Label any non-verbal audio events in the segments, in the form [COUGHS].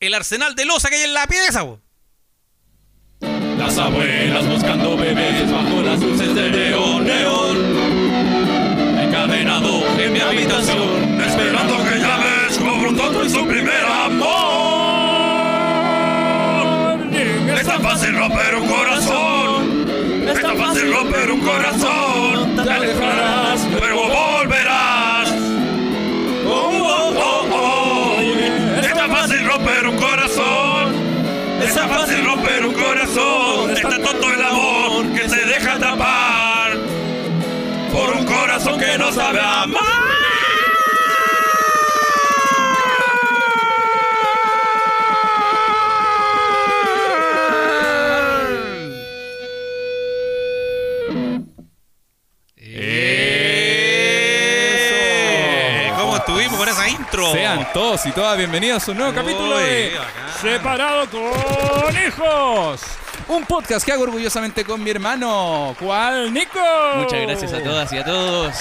el arsenal de losa que hay en la pieza, po. Las abuelas buscando bebés bajo las luces de neón, neón. Encadenado en mi habitación, esperando que llames como pronto en su primer amor. Es tan fácil romper un corazón, es tan fácil romper un corazón. Te alejarás, pero volverás. Oh, oh, oh, oh. Es tan fácil romper un corazón. Es tan fácil romper un corazón. Es tan tonto el amor que se deja tapar por un corazón que no sabe amar. ¡Eh! ¿Cómo estuvimos con esa Oh. intro? Sean todos y todas bienvenidos a un nuevo capítulo Uy, de bacán. Separado con Hijos. Un podcast que hago orgullosamente con mi hermano, ¿cuál Nico? Muchas gracias a todas y a todos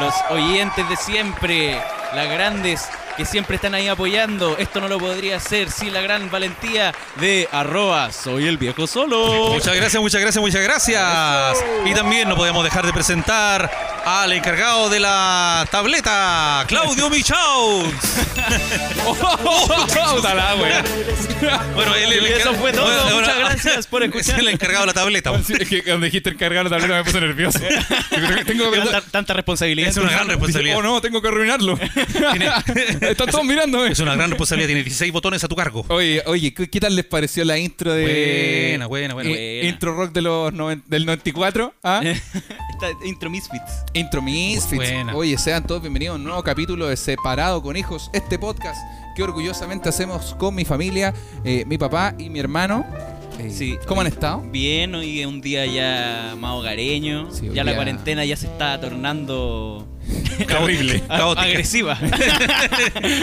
los oyentes de siempre, las grandes que siempre están ahí apoyando. Esto no lo podría hacer sin la gran valentía de arroba soy el viejo [LAUGHS] solo. Muchas gracias, muchas gracias, muchas gracias. Y también no podemos dejar de presentar al encargado de la tableta, Claudio Michaux. [LAUGHS] Oh, Puta la wea. Bueno, él Y eso fue todo. Muchas gracias [LAUGHS] por Es escuchar. el encargado de la tableta. Sí, es que cuando dijiste encargar la tableta me [LAUGHS] puse nervioso. Tengo que Tanta, tanta responsabilidad. Es una gran responsabilidad. Oh no, tengo que arruinarlo. [LAUGHS] Están todos mirándome. Es una gran responsabilidad. Tiene 16 botones a tu cargo. Oye, oye, ¿qué, qué tal les pareció la intro de Buena, buena, buena, i- buena. intro rock de los noven- del 94? ¿ah? [LAUGHS] Esta intro Misfits. Intro Misfits. Buena. Oye, sean todos bienvenidos a un nuevo capítulo de Separado con Hijos, este podcast que orgullosamente hacemos con mi familia, eh, mi papá y mi hermano. Eh, Sí. ¿Cómo han [LAUGHS] estado? Bien, hoy es un día ya más hogareño. Sí, hoy ya la día- cuarentena ya se está [LAUGHS] tornando Horrible. [LAUGHS] a- agresiva. [LAUGHS]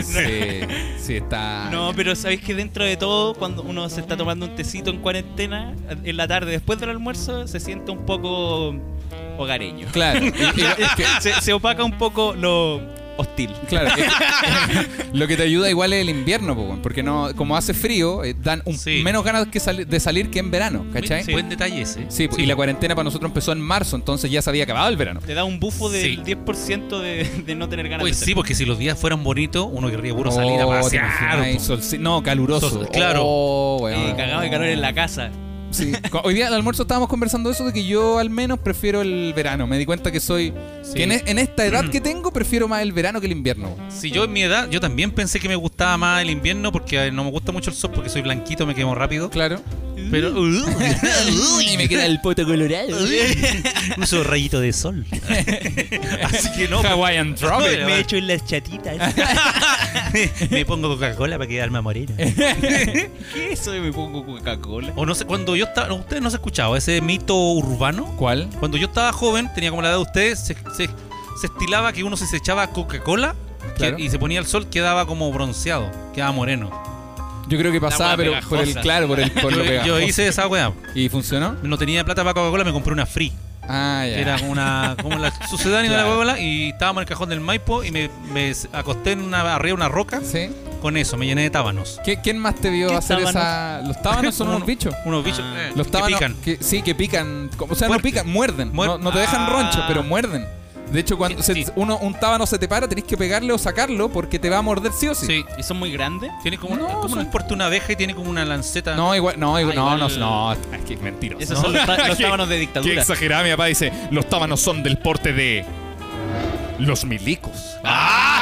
Sí, sí, está. No, pero sabéis que dentro de todo, cuando uno se está tomando un tecito en cuarentena, en la tarde después del almuerzo, se siente un poco hogareño. Claro, y- y- [LAUGHS] es que- se, se opaca un poco lo hostil. claro, es- lo que [LAUGHS] te ayuda igual es el invierno, po, weón, porque no, como hace frío, eh, dan un- Sí. menos ganas que sali- de salir que en verano, ¿cachai? Sí. Buen detalle ese. Sí, po, y la cuarentena para nosotros empezó en marzo, entonces ya se había acabado el verano. Te da un bufo del Sí. 10% de, de no tener ganas Oye, de Pues sí, porque si los días fueran bonitos, uno querría puro salir a Oh, te pasear. imaginas, po. solci- no, caluroso. Sol- claro. Oh, hacer. weón. Eh, cagado de calor en la casa. Sí. Co- Hoy día al almuerzo estábamos conversando eso de que yo al menos prefiero el verano. Me di cuenta que soy. que en, e- en esta Mm. edad que tengo prefiero más el verano que el invierno. Si yo en mi edad, yo también pensé que me gustaba más el invierno porque eh, no me gusta mucho el sol porque soy blanquito, me quemo rápido. Claro. Pero. [LAUGHS] y me queda el poto colorado. [LAUGHS] Uso rayito de sol. Así que no. Hawaiian Tropic. Me echo en las chatitas. [LAUGHS] Me pongo Coca-Cola para quedarme morena. ¿Qué es eso de me pongo Coca-Cola? O no sé, cuando yo estaba. Ustedes no se escuchaba ese mito urbano. ¿Cuál? Cuando yo estaba joven, tenía como la edad de ustedes, se, se- se estilaba que uno se se echaba Coca-Cola que- Claro. y se ponía el sol, quedaba como bronceado, quedaba moreno. Yo creo que pasaba, La pero hueá por el. pegajosa. Claro, por el. [LAUGHS] Por yo, lo yo pegajoso. hice esa weá. ¿Y funcionó? No tenía plata para Coca-Cola, me compré una free. Ah, ya. que Era como una como la sucedánea [LAUGHS] de la Claro. Coca-Cola y estábamos en el cajón del Maipo y me, me acosté en una, arriba de una roca ¿Sí? con eso, me llené de tábanos. ¿Qui- ¿Quién más te vio ¿Qué hacer esa. Los [LAUGHS] tábanos son unos bichos. Unos bichos Ah. eh, Los que tábanos pican. que- sí, que pican. como- O sea, Fuerte. no pican, muerden. Muer- no, no te dejan Ah. roncho, pero muerden. De hecho, cuando Sí, se- sí. uno, un tábano se te para, tenés que pegarle o sacarlo porque te va a morder sí o sí. Sí. ¿Y son muy grandes? Tiene como, No, es como son- un porte una abeja y tiene como una lanceta. No, igual, no, igual, Ah, no, igual- no, no, es que es mentiroso. Esos son los, ta- [LAUGHS] los tábanos de Qué dictadura. exagerada, mi papá dice, los tábanos son del porte de los milicos.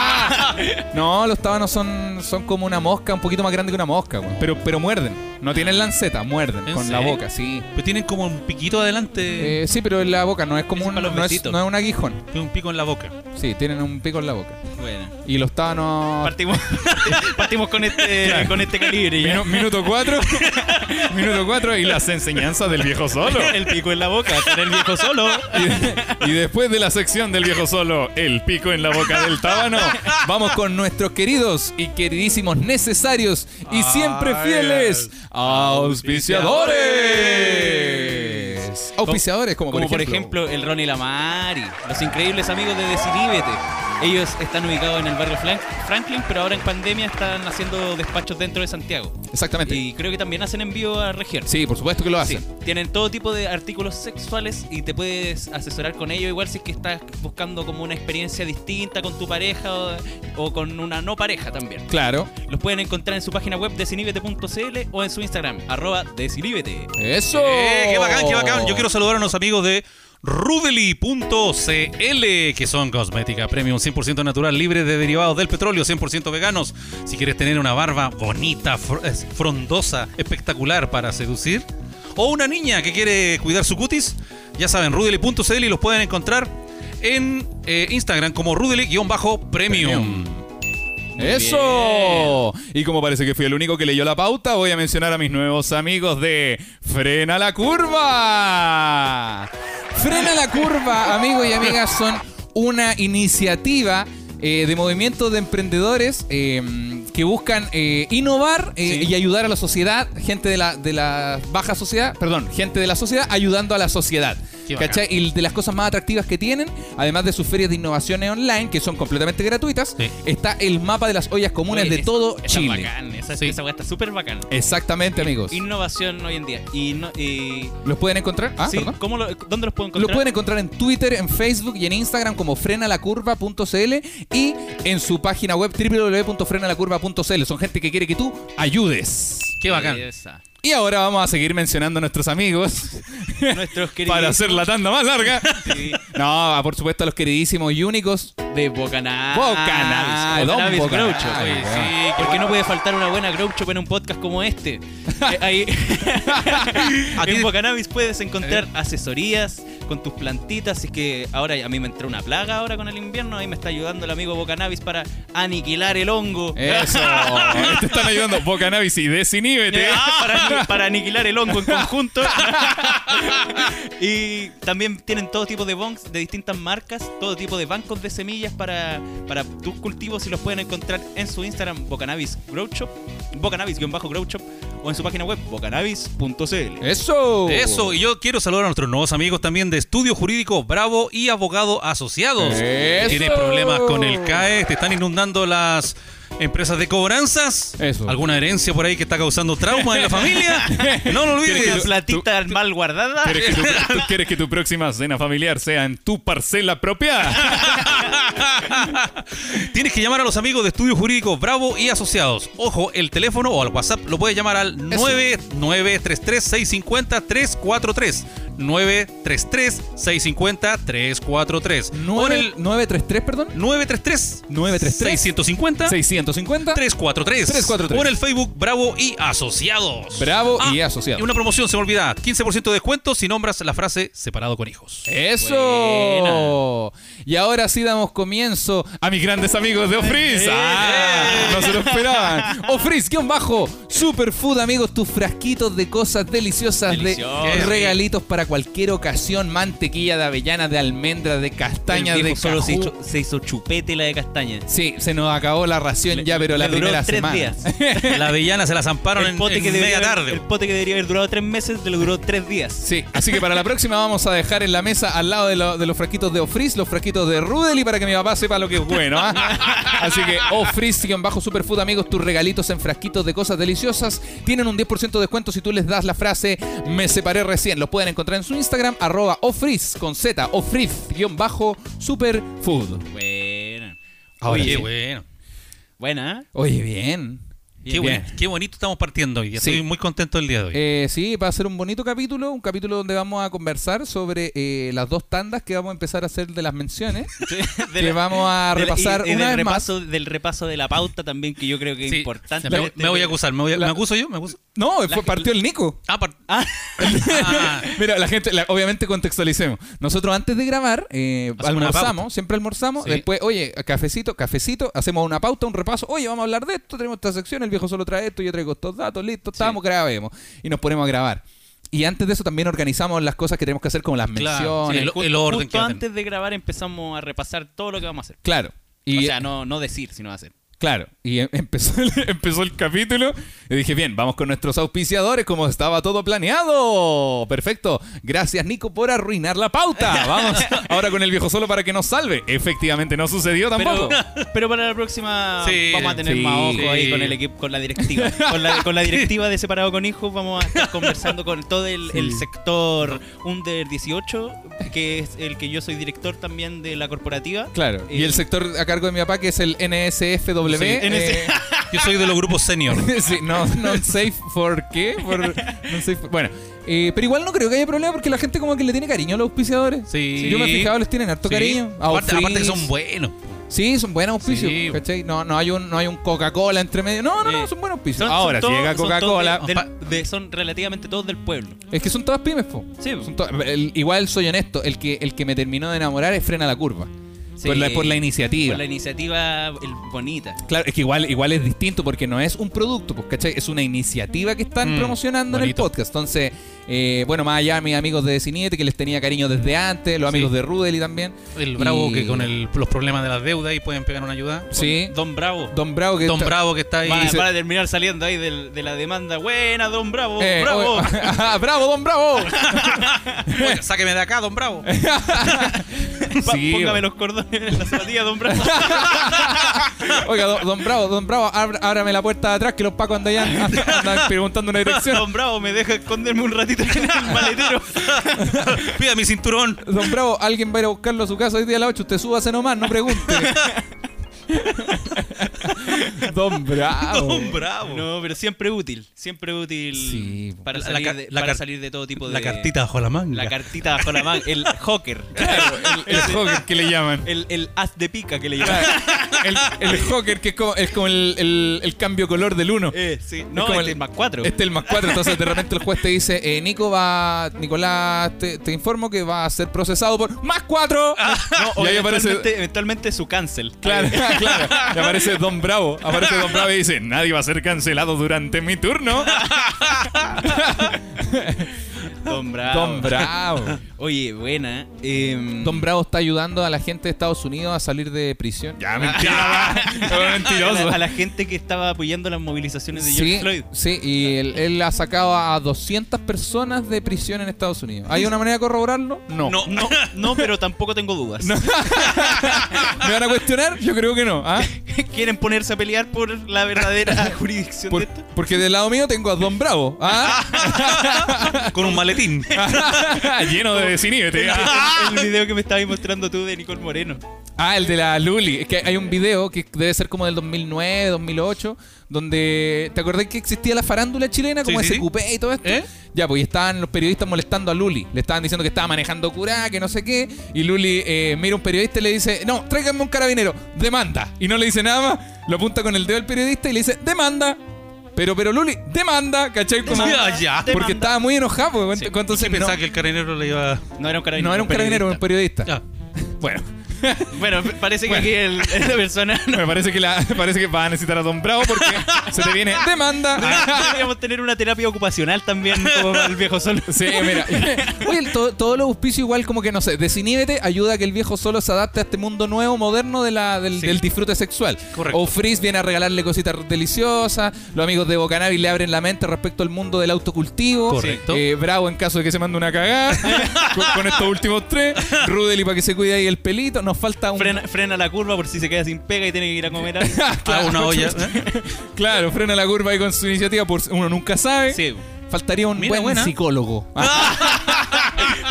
[LAUGHS] No, los tábanos son, son como una mosca, un poquito más grande que una mosca, weón. Pero, pero muerden. No tienen lanceta, muerden ¿En con la serio? boca, sí. Pero tienen como un piquito adelante, Eh, sí, pero en la boca no es como Ese un, para los no es, besitos. no es un aguijón. tiene un pico en la boca. Sí, tienen un pico en la boca. Bueno. Y los tábanos Partimos, [LAUGHS] partimos con este con este calibre ya. [LAUGHS] Minu- minuto 4. [LAUGHS] minuto 4 y las Enseñanza del viejo solo. El pico en la boca, tener el viejo solo. y, después de la sección del viejo solo, el pico en la boca del tábano, vamos con nuestros queridos y queridísimos necesarios y siempre fieles auspiciadores. Auspiciadores, como, Como por ejemplo. ejemplo el Ronnie Lamari, los increíbles amigos de Desinhíbete, Ellos están ubicados en el barrio Flan- Franklin, pero ahora en pandemia están haciendo despachos dentro de Santiago. Exactamente. Y creo que también hacen envío a región. Sí, por supuesto que lo hacen. Sí, tienen todo tipo de artículos sexuales y te puedes asesorar con ellos igual si es que estás buscando como una experiencia distinta con tu pareja o, o con una no pareja también. Claro. Los pueden encontrar en su página web desinibete.cl o en su Instagram, arroba desinibete. Eso. Eh, qué bacán, qué bacán. Yo quiero saludar a unos amigos de Rudely.cl, que son cosmética premium 100% natural, libre de derivados del petróleo, 100% veganos. Si quieres tener una barba bonita, fr- es- frondosa, espectacular para seducir, o una niña que quiere cuidar su cutis, ya saben, Rudely.cl y los pueden encontrar en eh, Instagram como Rudely-premium. Eso. Y como parece que fui el único que leyó la pauta, voy a mencionar a mis nuevos amigos de Frena la Curva. Frena la Curva, amigos y amigas, son una iniciativa eh, de movimiento de emprendedores eh, que buscan eh, innovar eh, y ayudar a la sociedad, gente de la, de la baja sociedad, perdón, gente de la sociedad ayudando a la sociedad. Qué bacán. ¿Cachai? Y de las cosas más atractivas que tienen, además de sus ferias de innovaciones online, que son completamente gratuitas, Sí. está el mapa de las ollas comunes Oye, de es- todo está Chile. bacán, esa, Sí. esa weá está súper bacán. Exactamente, amigos. Innovación hoy en día. Y no- y- ¿Los pueden encontrar? Ah, sí, perdón. ¿cómo lo- ¿Dónde los puedo Los encontrar? pueden encontrar en Twitter, en Facebook y en Instagram como frenalacurva.cl y en su página web www.frenalacurva.cl. Son gente que quiere que tú ayudes. Eh, Qué bacán. Esa. Y ahora vamos a seguir mencionando a nuestros amigos Nuestros queridos [LAUGHS] para hacer la tanda más [LAUGHS] larga. Sí. No, ah, por supuesto a los queridísimos y únicos de Bocanal. Bocanal, don Bocanal Bocanal, Groucho. Oye, weón. sí, porque no puede faltar una buena Groucho en un podcast como [LAUGHS] este. Eh, ahí- A ti en te- Bocanabis puedes Eh. encontrar asesorías con tus plantitas. Así que ahora a mí me entró una plaga ahora con el invierno. Ahí me está ayudando el amigo Bocanabis para aniquilar el hongo. [LAUGHS] Eso. Te están ayudando Bocanabis y Ah. Desiníbete. para, para aniquilar el hongo en conjunto. [LAUGHS] y también tienen todo tipo de bongs de distintas marcas, todo tipo de bancos de semillas para, para tus cultivos y los pueden encontrar en su Instagram, Bocanabis Grow Shop, Bocanabis-Grow Shop o en su página web, bocanabis.cl. Eso. Eso, y yo quiero saludar a nuestros nuevos amigos también de Estudio Jurídico Bravo y Abogado Asociados. Eso. Tienes problemas con el CAE, te están inundando las empresas de cobranzas. Eso. ¿Alguna herencia por ahí que está causando trauma en la [LAUGHS] familia? No lo La olvides. platita mal guardada. ¿Quieres que, tu, [LAUGHS] tú quieres que tu próxima cena familiar sea en tu parcela propia? Tienes que llamar a los amigos de Estudio Jurídico Bravo y Asociados. Ojo, el teléfono o al WhatsApp lo puedes llamar al 9933650-343. 933-650-343. O en el 933, perdón. 933 933 650 650. 343 343. o en el Facebook Bravo y Asociados. Bravo y Ah, Asociados. Y una promoción, se me olvida, 15% de descuento si nombras la frase separado con [LAUGHS] hijos. Eso. Y ahora sí damos comienzo A mis grandes amigos de Ofriz. Ah, no se lo esperaban. Ofriz, guión bajo. Superfood, amigos, tus frasquitos de cosas deliciosas, de Delicioso. regalitos para cualquier ocasión. Mantequilla de avellana, de almendra, de castaña, El de viejo solo se cajú. hizo, se hizo chupete la de castaña. Sí, se nos acabó la ración ya, pero la le duró primera tres semana. días. La villana se la zamparon El en, pote, en que debería media haber- tarde. el pote que debería haber durado tres meses le duró tres días. Sí, así que para la próxima vamos a dejar en la mesa al lado de, lo- de los frasquitos de Ofriz, los frasquitos de Rudely para que mi papá sepa lo que es bueno. ¿ah? Así que Ofriz, guión bajo Superfood, amigos, tus regalitos en frasquitos de cosas deliciosas tienen un 10% de descuento si tú les das la frase me separé recién. Los pueden encontrar en su Instagram, arroba Ofriz con Z, Ofriz, guión bajo Superfood. Bueno. Ahora Oye, sí. bueno. Buena. ¿eh? Oye, bien. Qué, buen- qué bonito estamos partiendo hoy. día. Sí. Estoy muy contento el día de hoy. Eh, sí, va a ser un bonito capítulo, un capítulo donde vamos a conversar sobre eh, las dos tandas que vamos a empezar a hacer de las menciones. [LAUGHS] De que la- vamos a de la- repasar y- y una del vez más. repaso, Del repaso de la pauta también, que yo creo que es Sí. importante. Me, me voy a acusar. ¿Me, voy a- La- ¿me acuso yo? ¿Me acuso? No, fue- partió el Nico. Ah, par- Ah, ah, Mira, la gente, la- obviamente contextualicemos. Nosotros antes de grabar, eh, Hacemos una almorzamos, siempre almorzamos. Sí. Después, oye, cafecito, cafecito, hacemos una pauta, un repaso. Oye, vamos a hablar de esto, tenemos esta sección, el viejo solo trae esto, yo traigo estos datos, listo, estamos, grabemos. Y nos ponemos a grabar. Y antes de eso también organizamos las cosas que tenemos que hacer, como las claro. Sí, [LAUGHS] menciones. el, el orden que justo hacen. antes de grabar empezamos a repasar todo lo que vamos a hacer. Claro. o Y sea, no, no decir, sino hacer. Claro, y em- [LAUGHS] empezó el, empezó el capítulo y dije, bien, vamos con nuestros auspiciadores como estaba todo planeado. Perfecto. Gracias Nico por arruinar [LAUGHS] la pauta. Vamos ahora con el viejo solo para que nos salve. Efectivamente, no sucedió tampoco. Pero, pero [LAUGHS] para la próxima Sí, vamos a tener sí, más ojo sí. ahí con el equipo, con la directiva. Con la, con [LAUGHS] la directiva de Separado con Hijos vamos a estar conversando con todo el, el sector Under 18, que es el que yo soy director también de la corporativa. Claro, y el sector a cargo de mi papá que es el NSFW. Sí, eh, Yo soy de los grupos senior. sí, no, no safe for qué. For, non safe for- bueno, eh, pero igual no creo que haya problema porque la gente como que le tiene cariño a los auspiciadores. Sí. Yo me he fijado, les tienen [LAUGHS] harto Sí. cariño. Aparte, aparte que Outfreeze. son buenos. Sí, son buenos auspicios. Sí. ¿cachai? No, no hay un, no hay un Coca-Cola entre medio. No, no, no, Sí. son buenos auspicios. Son- son Ahora, todos- si llega son todos Coca-Cola. del- del- de- son relativamente todos del pueblo. Es que son todas pymes, po. Sí, Son todas- el- igual soy honesto, el que, el que me terminó de enamorar es frena la curva. Sí. Por, la, por la iniciativa. Por la iniciativa el- bonita. Claro, es que igual, igual es distinto porque no es un producto, pues, ¿cachai? Es una iniciativa que están Mm, promocionando bonito. en el podcast. Entonces, eh, bueno, más allá mis amigos de Ciniete, que les tenía cariño desde antes, los Sí. amigos de Rudely también. El Bravo Y- que con el- los problemas de las deudas ahí pueden pegar una ayuda. Sí. Don, Don Bravo. Bravo que Don está- Bravo que está ahí. Van, [LAUGHS] a- dice- van a terminar saliendo ahí del- de la demanda. Buena, Don Bravo. Eh, [LAUGHS] bravo. [LAUGHS] oye, ¡Bravo, [LAUGHS] Don Bravo! Oiga, sáqueme de acá, don Bravo. [LAUGHS] Pa- Sí, póngame los cordones en la zapatilla, Don [LAUGHS] Bravo. Oiga, don, don Bravo, don Bravo, abra- ábrame la puerta de atrás que los pacos andan, allá, andan preguntando una dirección. Don Bravo me deja esconderme un ratito en el [LAUGHS] maletero. Pida mi cinturón. Don Bravo, alguien va a ir a buscarlo a su casa hoy día a las 8. Usted súbase nomás, no pregunte. Don Bravo. Don Bravo. Oh. No, pero siempre útil. Siempre útil Sí. para, La- la salir, ca- de, la para car- salir de todo tipo de. La cartita bajo la manga. La cartita bajo la mano. El [LAUGHS] hawker. El Joker que le llaman. El, el haz de pica que le llaman. El, el Joker que es como, es como el, el- el cambio color del 1. [LAUGHS] Eh, sí. No, como el, el- más cuatro. [LAUGHS] Este es el más 4, entonces de repente el juez te dice, eh, Nico va, Nicolás, te, te informo que va a ser procesado por más 4. No, o Y ahí aparece- eventualmente, eventualmente su cancel. Claro, [LAUGHS] claro. Y aparece Don Bravo. Aparece Don Bravo y dice, nadie va a ser cancelado durante mi turno. Don Bravo. Don Bravo. Oye, buena. Em, [LAUGHS] Don Bravo está ayudando a la gente de Estados Unidos a salir de prisión. Ya, [LAUGHS] Ah, mentira. va. a, Mentiroso. la, a la gente que estaba apoyando las movilizaciones de George Sí, Floyd. sí, y él, él ha sacado a 200 personas de prisión en Estados Unidos. ¿Hay una manera de corroborarlo? No. No, No, no, pero tampoco tengo dudas. ¿Me van a cuestionar? Yo creo que no. ¿ah? [LAUGHS] ¿Quieren ponerse a pelear por la [LAUGHS] verdadera jurisdicción Por- de esto? [LAUGHS] porque del lado mío tengo a Don Bravo. ¿ah? con un [LAUGHS] maletín. Lleno de desinhibete. El video que me estabas mostrando tú de Nicole Moreno. Ah, el de la Luli. Es que hay un video que debe ser como del 2009, 2008, donde... ¿Te acordás que existía la farándula chilena? Como Sí, sí, ese sí. cupé y todo esto. ¿Eh? Ya, pues y estaban los periodistas molestando a Luli. Le estaban diciendo que estaba manejando curá, que no sé qué. Y Luli eh, mira a un periodista y le dice, no, tráiganme un carabinero, demanda. Y no le dice nada más, lo apunta con el dedo al periodista y le dice, demanda. Pero, pero Luli, demanda, ¿cachai? [LAUGHS] Como- Ya, ya. Te Ah, Porque manda. estaba muy enojado. pues, Sí. cuánto se- Entonces pensaba que el carabinero le iba. No era un no, carabinero. no era un carabinero, era un periodista. Ya. Bueno, Bueno, parece que aquí el, [LAUGHS] esta persona [LAUGHS] no me parece que, la, [LAUGHS] me parece que va a necesitar a Don Bravo porque se te viene... Ah, Demanda. deberíamos tener una terapia ocupacional también como el viejo sol. Sí, mira. [LAUGHS] Oye, el to- todos los auspicios igual como que, no sé, desiníbete, ayuda a que el viejo solo se adapte a este mundo nuevo, moderno de la, del, Sí. del disfrute sexual. Correcto. O Frizz viene a regalarle cositas deliciosas, los amigos de Bocanari le abren la mente respecto al mundo del autocultivo. Correcto. Eh, Bravo en caso de que se mande [LAUGHS] una cagada con, con estos últimos tres. Rudely para que se cuide ahí el pelito. Nos falta un... Frena, frena la curva por si se queda sin pega y tiene que ir a comer algo. Ah, una olla. [LAUGHS] Claro, frena la curva ahí con su iniciativa, por, uno nunca sabe. Sí. Faltaría un Mira, buen buena. psicólogo. Ah,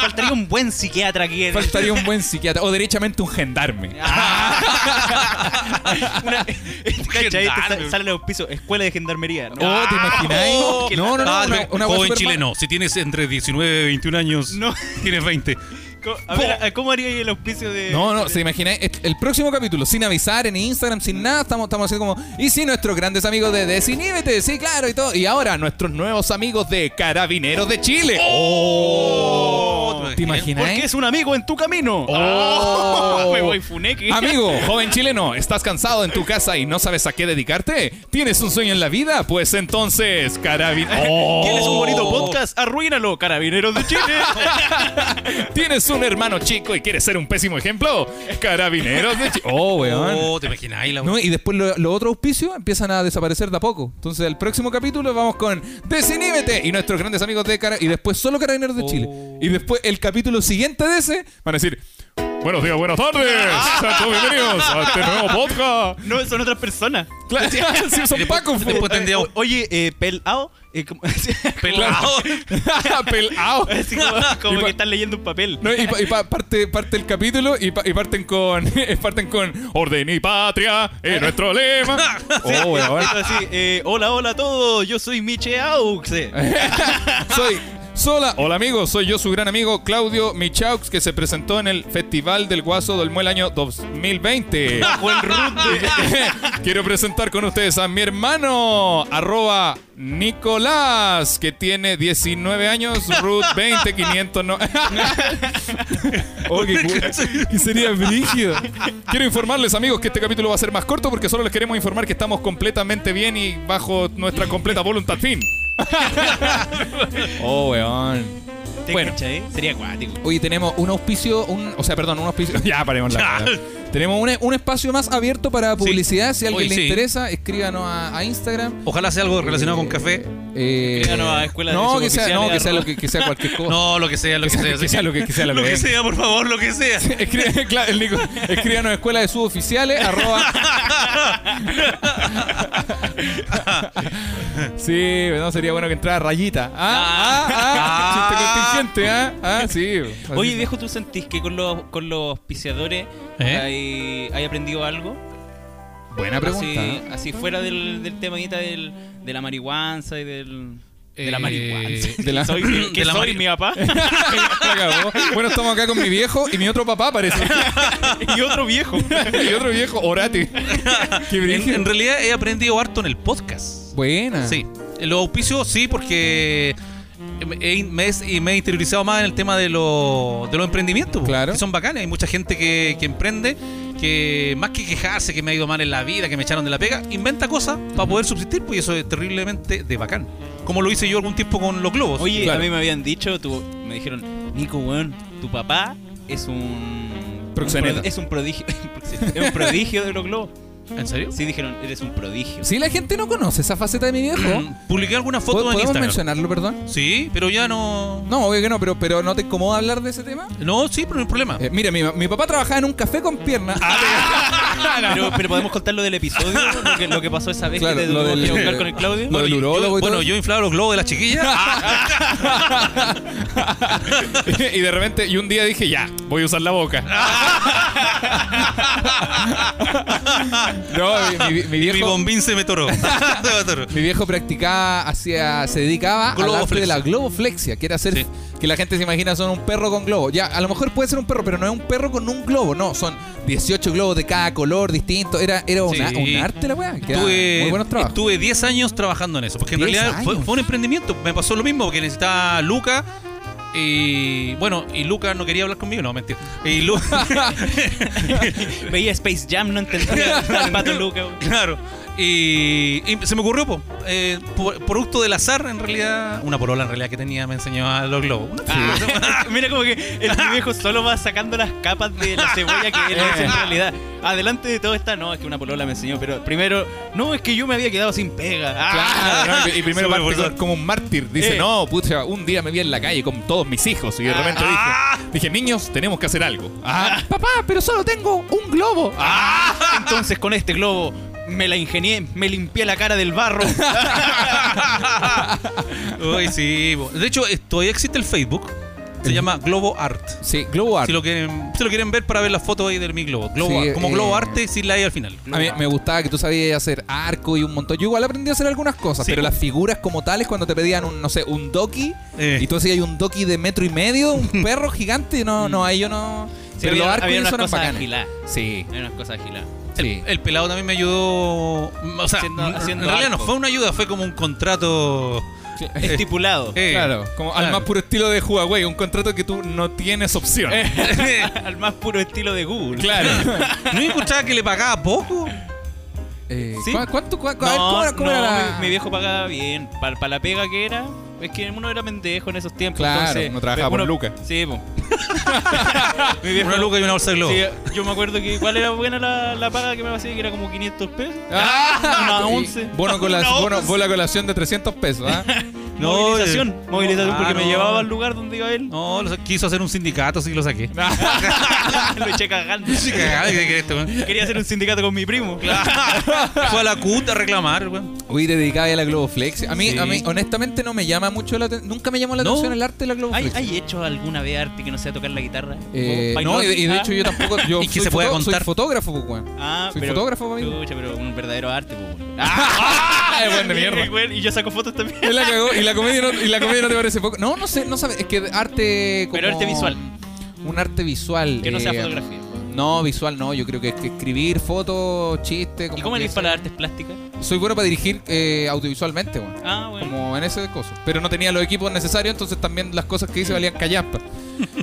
Faltaría un buen psiquiatra aquí. en- faltaría un buen psiquiatra. O derechamente un gendarme. Ah, [LAUGHS] Una- Cacha, ahí Ah. te sa- salen los pisos. Escuela de gendarmería. ¿no? Oh, ¿te imagináis? Oh, qué no, no, no. Ah, una- ve- una joven superma- chileno, si tienes entre 19 y 21 años, No. tienes 20. Co- A ver, ¿a- ¿cómo haría ahí el auspicio de.? No, no, se imagináis. Es- El próximo capítulo, sin avisar en Instagram, sin nada, estamos, estamos haciendo como. Y sí, nuestros grandes amigos de Desiníbete, sí, claro, y todo. Y ahora, nuestros nuevos amigos de Carabineros de Chile. ¡Oh! sabes ¿Te quién? imaginas? Porque es un amigo en tu camino. Ah, [LAUGHS] Oh. Me voy funeque. Amigo, joven chileno, ¿estás cansado en tu casa y no sabes a qué dedicarte? ¿Tienes un sueño en la vida? Pues entonces, carabinero. ¿Tienes un Oh. bonito podcast? Arruínalo, carabineros [LAUGHS] de Chile. ¿Tienes un hermano chico y quieres ser un pésimo ejemplo? Carabineros de Chi- Oh, weón. Oh, te imaginas ahí la No, y después lo- los otros auspicios empiezan a desaparecer de a poco. Entonces, el próximo capítulo vamos con Desiníbete y nuestros grandes amigos de Cara y después solo Carabineros de Chile. Y después el capítulo siguiente de ese van a decir, Buenos días, buenas tardes. Ah. [LAUGHS] Sean todos bienvenidos a este nuevo podcast. No, son otras personas. claro, sí, son Y después- Paco. después fu- [LAUGHS] tendría un Oye, eh, pelao. eh, ¿cómo- [LAUGHS] pelado. [LAUGHS] Pelao. Así [LAUGHS] como, como Y pa- que están leyendo un papel. No, y pa- y pa- parte, parte el capítulo y, pa- y parten con [LAUGHS] parten con Orden y patria es nuestro lema. oh, weón. Así, eh, hola, hola a todos. Yo soy Miche Aux. eh, [LAUGHS] soy sola hola amigos soy yo su gran amigo Claudio Michaux que se presentó en el festival del Guaso Dolmó el año 2020 Bajo el root de- [LAUGHS] Quiero presentar con ustedes a mi hermano, arroba Nicolás, que tiene 19 años, Ruth 20, 500 no. [LAUGHS] Oye, que sería brígido. Quiero informarles, amigos, que este capítulo va a ser más corto porque solo les queremos informar que estamos completamente bien y bajo nuestra completa voluntad fin. [LAUGHS] oh, weón. ¿Te Bueno. cachai? Sería acuático. Oye, tenemos un auspicio, un, o sea, perdón, un auspicio. [LAUGHS] ya, paremos la. Ya. verdad. tenemos un, un espacio más abierto para publicidad. Si a alguien Oye, le sí. interesa, escríbanos a, a Instagram. Ojalá sea algo relacionado con café. Eh, Escríbanos a escuela de no, que sea, no, que suboficiales, sea lo arroba. que, que sea cualquier [LAUGHS] cosa. No, lo que sea, lo que sea. Oh. [LAUGHS] que sea lo que- que sea lo Lo que que venga. sea, por favor, lo que [LAUGHS] sea. Escri- claro, el Nico- escríbanos a escuela [LAUGHS] de suboficiales arroba sí no sería bueno que entrara rayita ah ah ah, Ah. chiste contingente ah ah sí Oye, viejo, ¿tú sentís que con los, con los auspiciadores ¿Eh? hay, hay aprendido algo? buena pregunta Así, [LAUGHS] ¿eh? así fuera del, del temita del, de la marihuanza y del... De la Eh, marihuanza. [LAUGHS] de la- soy, que de la soy mari- mi papá. [LAUGHS] La cagó. Bueno, estamos acá con mi viejo y mi otro papá, parece. [LAUGHS] y otro viejo. y otro viejo, [LAUGHS] Orati. Qué En, brillo. en realidad he aprendido harto en el podcast. Buena. Sí. Los auspicios sí, porque he- me, he- me he interiorizado más en el tema de, lo- de los emprendimientos. po, Claro. Que son bacanes. Hay mucha gente que, que emprende, que más que quejarse, que me ha ido mal en la vida, que me echaron de la pega, inventa cosas para poder subsistir, pues y eso es terriblemente de bacán. Como lo hice yo algún tiempo con los globos. Oye, Claro. a mí me habían dicho, tú, me dijeron, Nico, weón, tu papá es un... Proxeneta. un pro- es un prodigio. [LAUGHS] es un prodigio de los globos. ¿en serio? Sí, dijeron, eres un prodigio. Sí, la gente no conoce esa faceta de mi viejo. Publiqué algunas ¿Po- fotos Mm, en ¿Podemos Instagram. mencionarlo, perdón? Sí, pero ya no. No, obvio que no, pero, pero ¿no te incomoda hablar de ese tema? No, sí, pero no hay problema. Eh, mira, mi, mi papá trabajaba en un café con [LAUGHS] Ah, piernas. Pero, pero podemos contar lo del episodio, lo que, lo que pasó esa vez Claro, que te lo tuvimos del- que buscar con el Claudio. lo del Yo- urólogo y todo bueno, eso. yo inflaba los globos de las chiquillas. [LAUGHS] y de repente, y un día dije, ya, Voy a usar la [LAUGHS] boca. [LAUGHS] no, mi- [LAUGHS] mi, mi Mi viejo. bombín se me toró. [LAUGHS] Se me toró. Mi viejo practicaba, hacía, se dedicaba al arte de Globoflexia. la globoflexia, que era hacer Sí. que la gente se imagina son un perro con globo. Ya, a lo mejor puede ser un perro, pero no es un perro con un globo, no, son 18 globos de cada color distinto. Era, era una- Sí. un arte la weá, que era muy Tuve, buenos trabajos. estuve 10 años trabajando en eso, porque en 10 realidad fue, años. fue un emprendimiento. Me pasó lo mismo, porque necesitaba Luca. Y bueno, y Luca no quería hablar conmigo, no, mentira. Y [LAUGHS] Luca, Veía Space Jam, no [LAUGHS] entendía el pato Luca. weón. [LAUGHS] claro. Y, y se me ocurrió, po, eh, por- producto del azar, en realidad, una polola en realidad que tenía me enseñó a los globos. Una- Ah, mira como que el viejo solo va sacando las capas de la cebolla que él es en Eh. realidad. Adelante de todo está, no, es que una polola me enseñó, pero primero, no, es que yo me había quedado sin pega. Ah, Claro, ¿no? y primero Súper parte brutal. como un mártir. Dice, Eh. no, pucha, un día me vi en la calle con todos mis hijos. Y de repente dije, dije, niños, tenemos que hacer algo. Ah, papá, pero solo tengo un globo. [LAUGHS] Entonces con este globo me la ingenié, me limpié la cara del barro. Uy, sí. po. De hecho, eh, todavía existe el Facebook. Se llama Globo Art. Sí, globo art. Si lo quieren, si lo quieren ver para ver las fotos ahí de mi globo. Globo Sí, Art. como eh, globo arte sin la I al final. A mí me gustaba que tú sabías hacer arco y un montón. Yo igual aprendí a hacer algunas cosas, Sí. pero las figuras como tales, cuando te pedían un, no sé, un doki, Eh. y tú hacías un doki de metro y medio, [LAUGHS] un perro gigante, no, no, ahí yo no. Sí, [LAUGHS] pero había- los arcos había y unas eso eran cosas bacanes. agiladas. Sí, Hay unas cosas agiladas. sí. El pelado también me ayudó. O sea, Haciendo- n- haciendo en realidad arco. no fue una ayuda, fue como un contrato estipulado. Eh, [LAUGHS] claro, como al claro. más puro estilo de Huawei, un contrato que tú no tienes opción. Eh, Al más puro estilo de Google. Claro. ¿No encontraba que le pagaba poco? Eh, Sí. ¿cu- ¿Cuánto? cu- cu- a ver, No, ¿cómo era- no, cómo era la- mi, mi viejo pagaba bien. Para la pega que era, es que uno era pendejo en esos tiempos. Claro, entonces, eh, uno trabajaba por uno- lucas. Sí, po. mi viejo, Una luca y una bolsa de globo. sí, yo me acuerdo que igual era buena la, la paga que me hacía, que era como 500 pesos. [LAUGHS] Ah, [LAUGHS] Una y once. Bono con la, Una bono- once. bola colación de 300 pesos, ¿ah? No, movilización, eh, movilización, ah, porque me no. llevaba al lugar donde iba él. No, lo sa- quiso hacer un sindicato, sí lo saqué. [LAUGHS] [LAUGHS] Lo eché cagando. Sí, cagada, ¿qué crees tú, [LAUGHS] weón? Quería hacer un sindicato con mi primo. Fue a la CUT a reclamar, weón. Uy, te dedicaba a la Globoflex. A mí, Sí. a mí, honestamente, no me llama mucho la atención. Nunca me llamó la No. atención el arte de la ¿Hay, Globoflex. ¿Hay hecho alguna vez arte que no sea tocar la guitarra? Eh, Como no, y, bailar, y de ah. hecho yo tampoco. [LAUGHS] Yo Y que soy se pueda foto- contar. Soy fotógrafo, pues, weón. Ah, Soy pero- fotógrafo, pa' mí. Chucha, pero un verdadero arte, po. weón. Ah, es buen de [LAUGHS] mierda. Y, güey, Y yo saco fotos también. Él la cagó, [LAUGHS] y la comedia no, y la comedia no te parece poco. No, no sé, no sabes. Es que arte. Como Pero arte visual. Un arte visual. Que no sea eh, fotografía. No, visual no. Yo creo que, que escribir, fotos, chistes. ¿Y como cómo que eres para las artes plásticas? Soy bueno para dirigir eh, audiovisualmente, weón. Ah, bueno. Como en ese coso. Pero no tenía los equipos necesarios, entonces también las cosas que hice valían callaspa.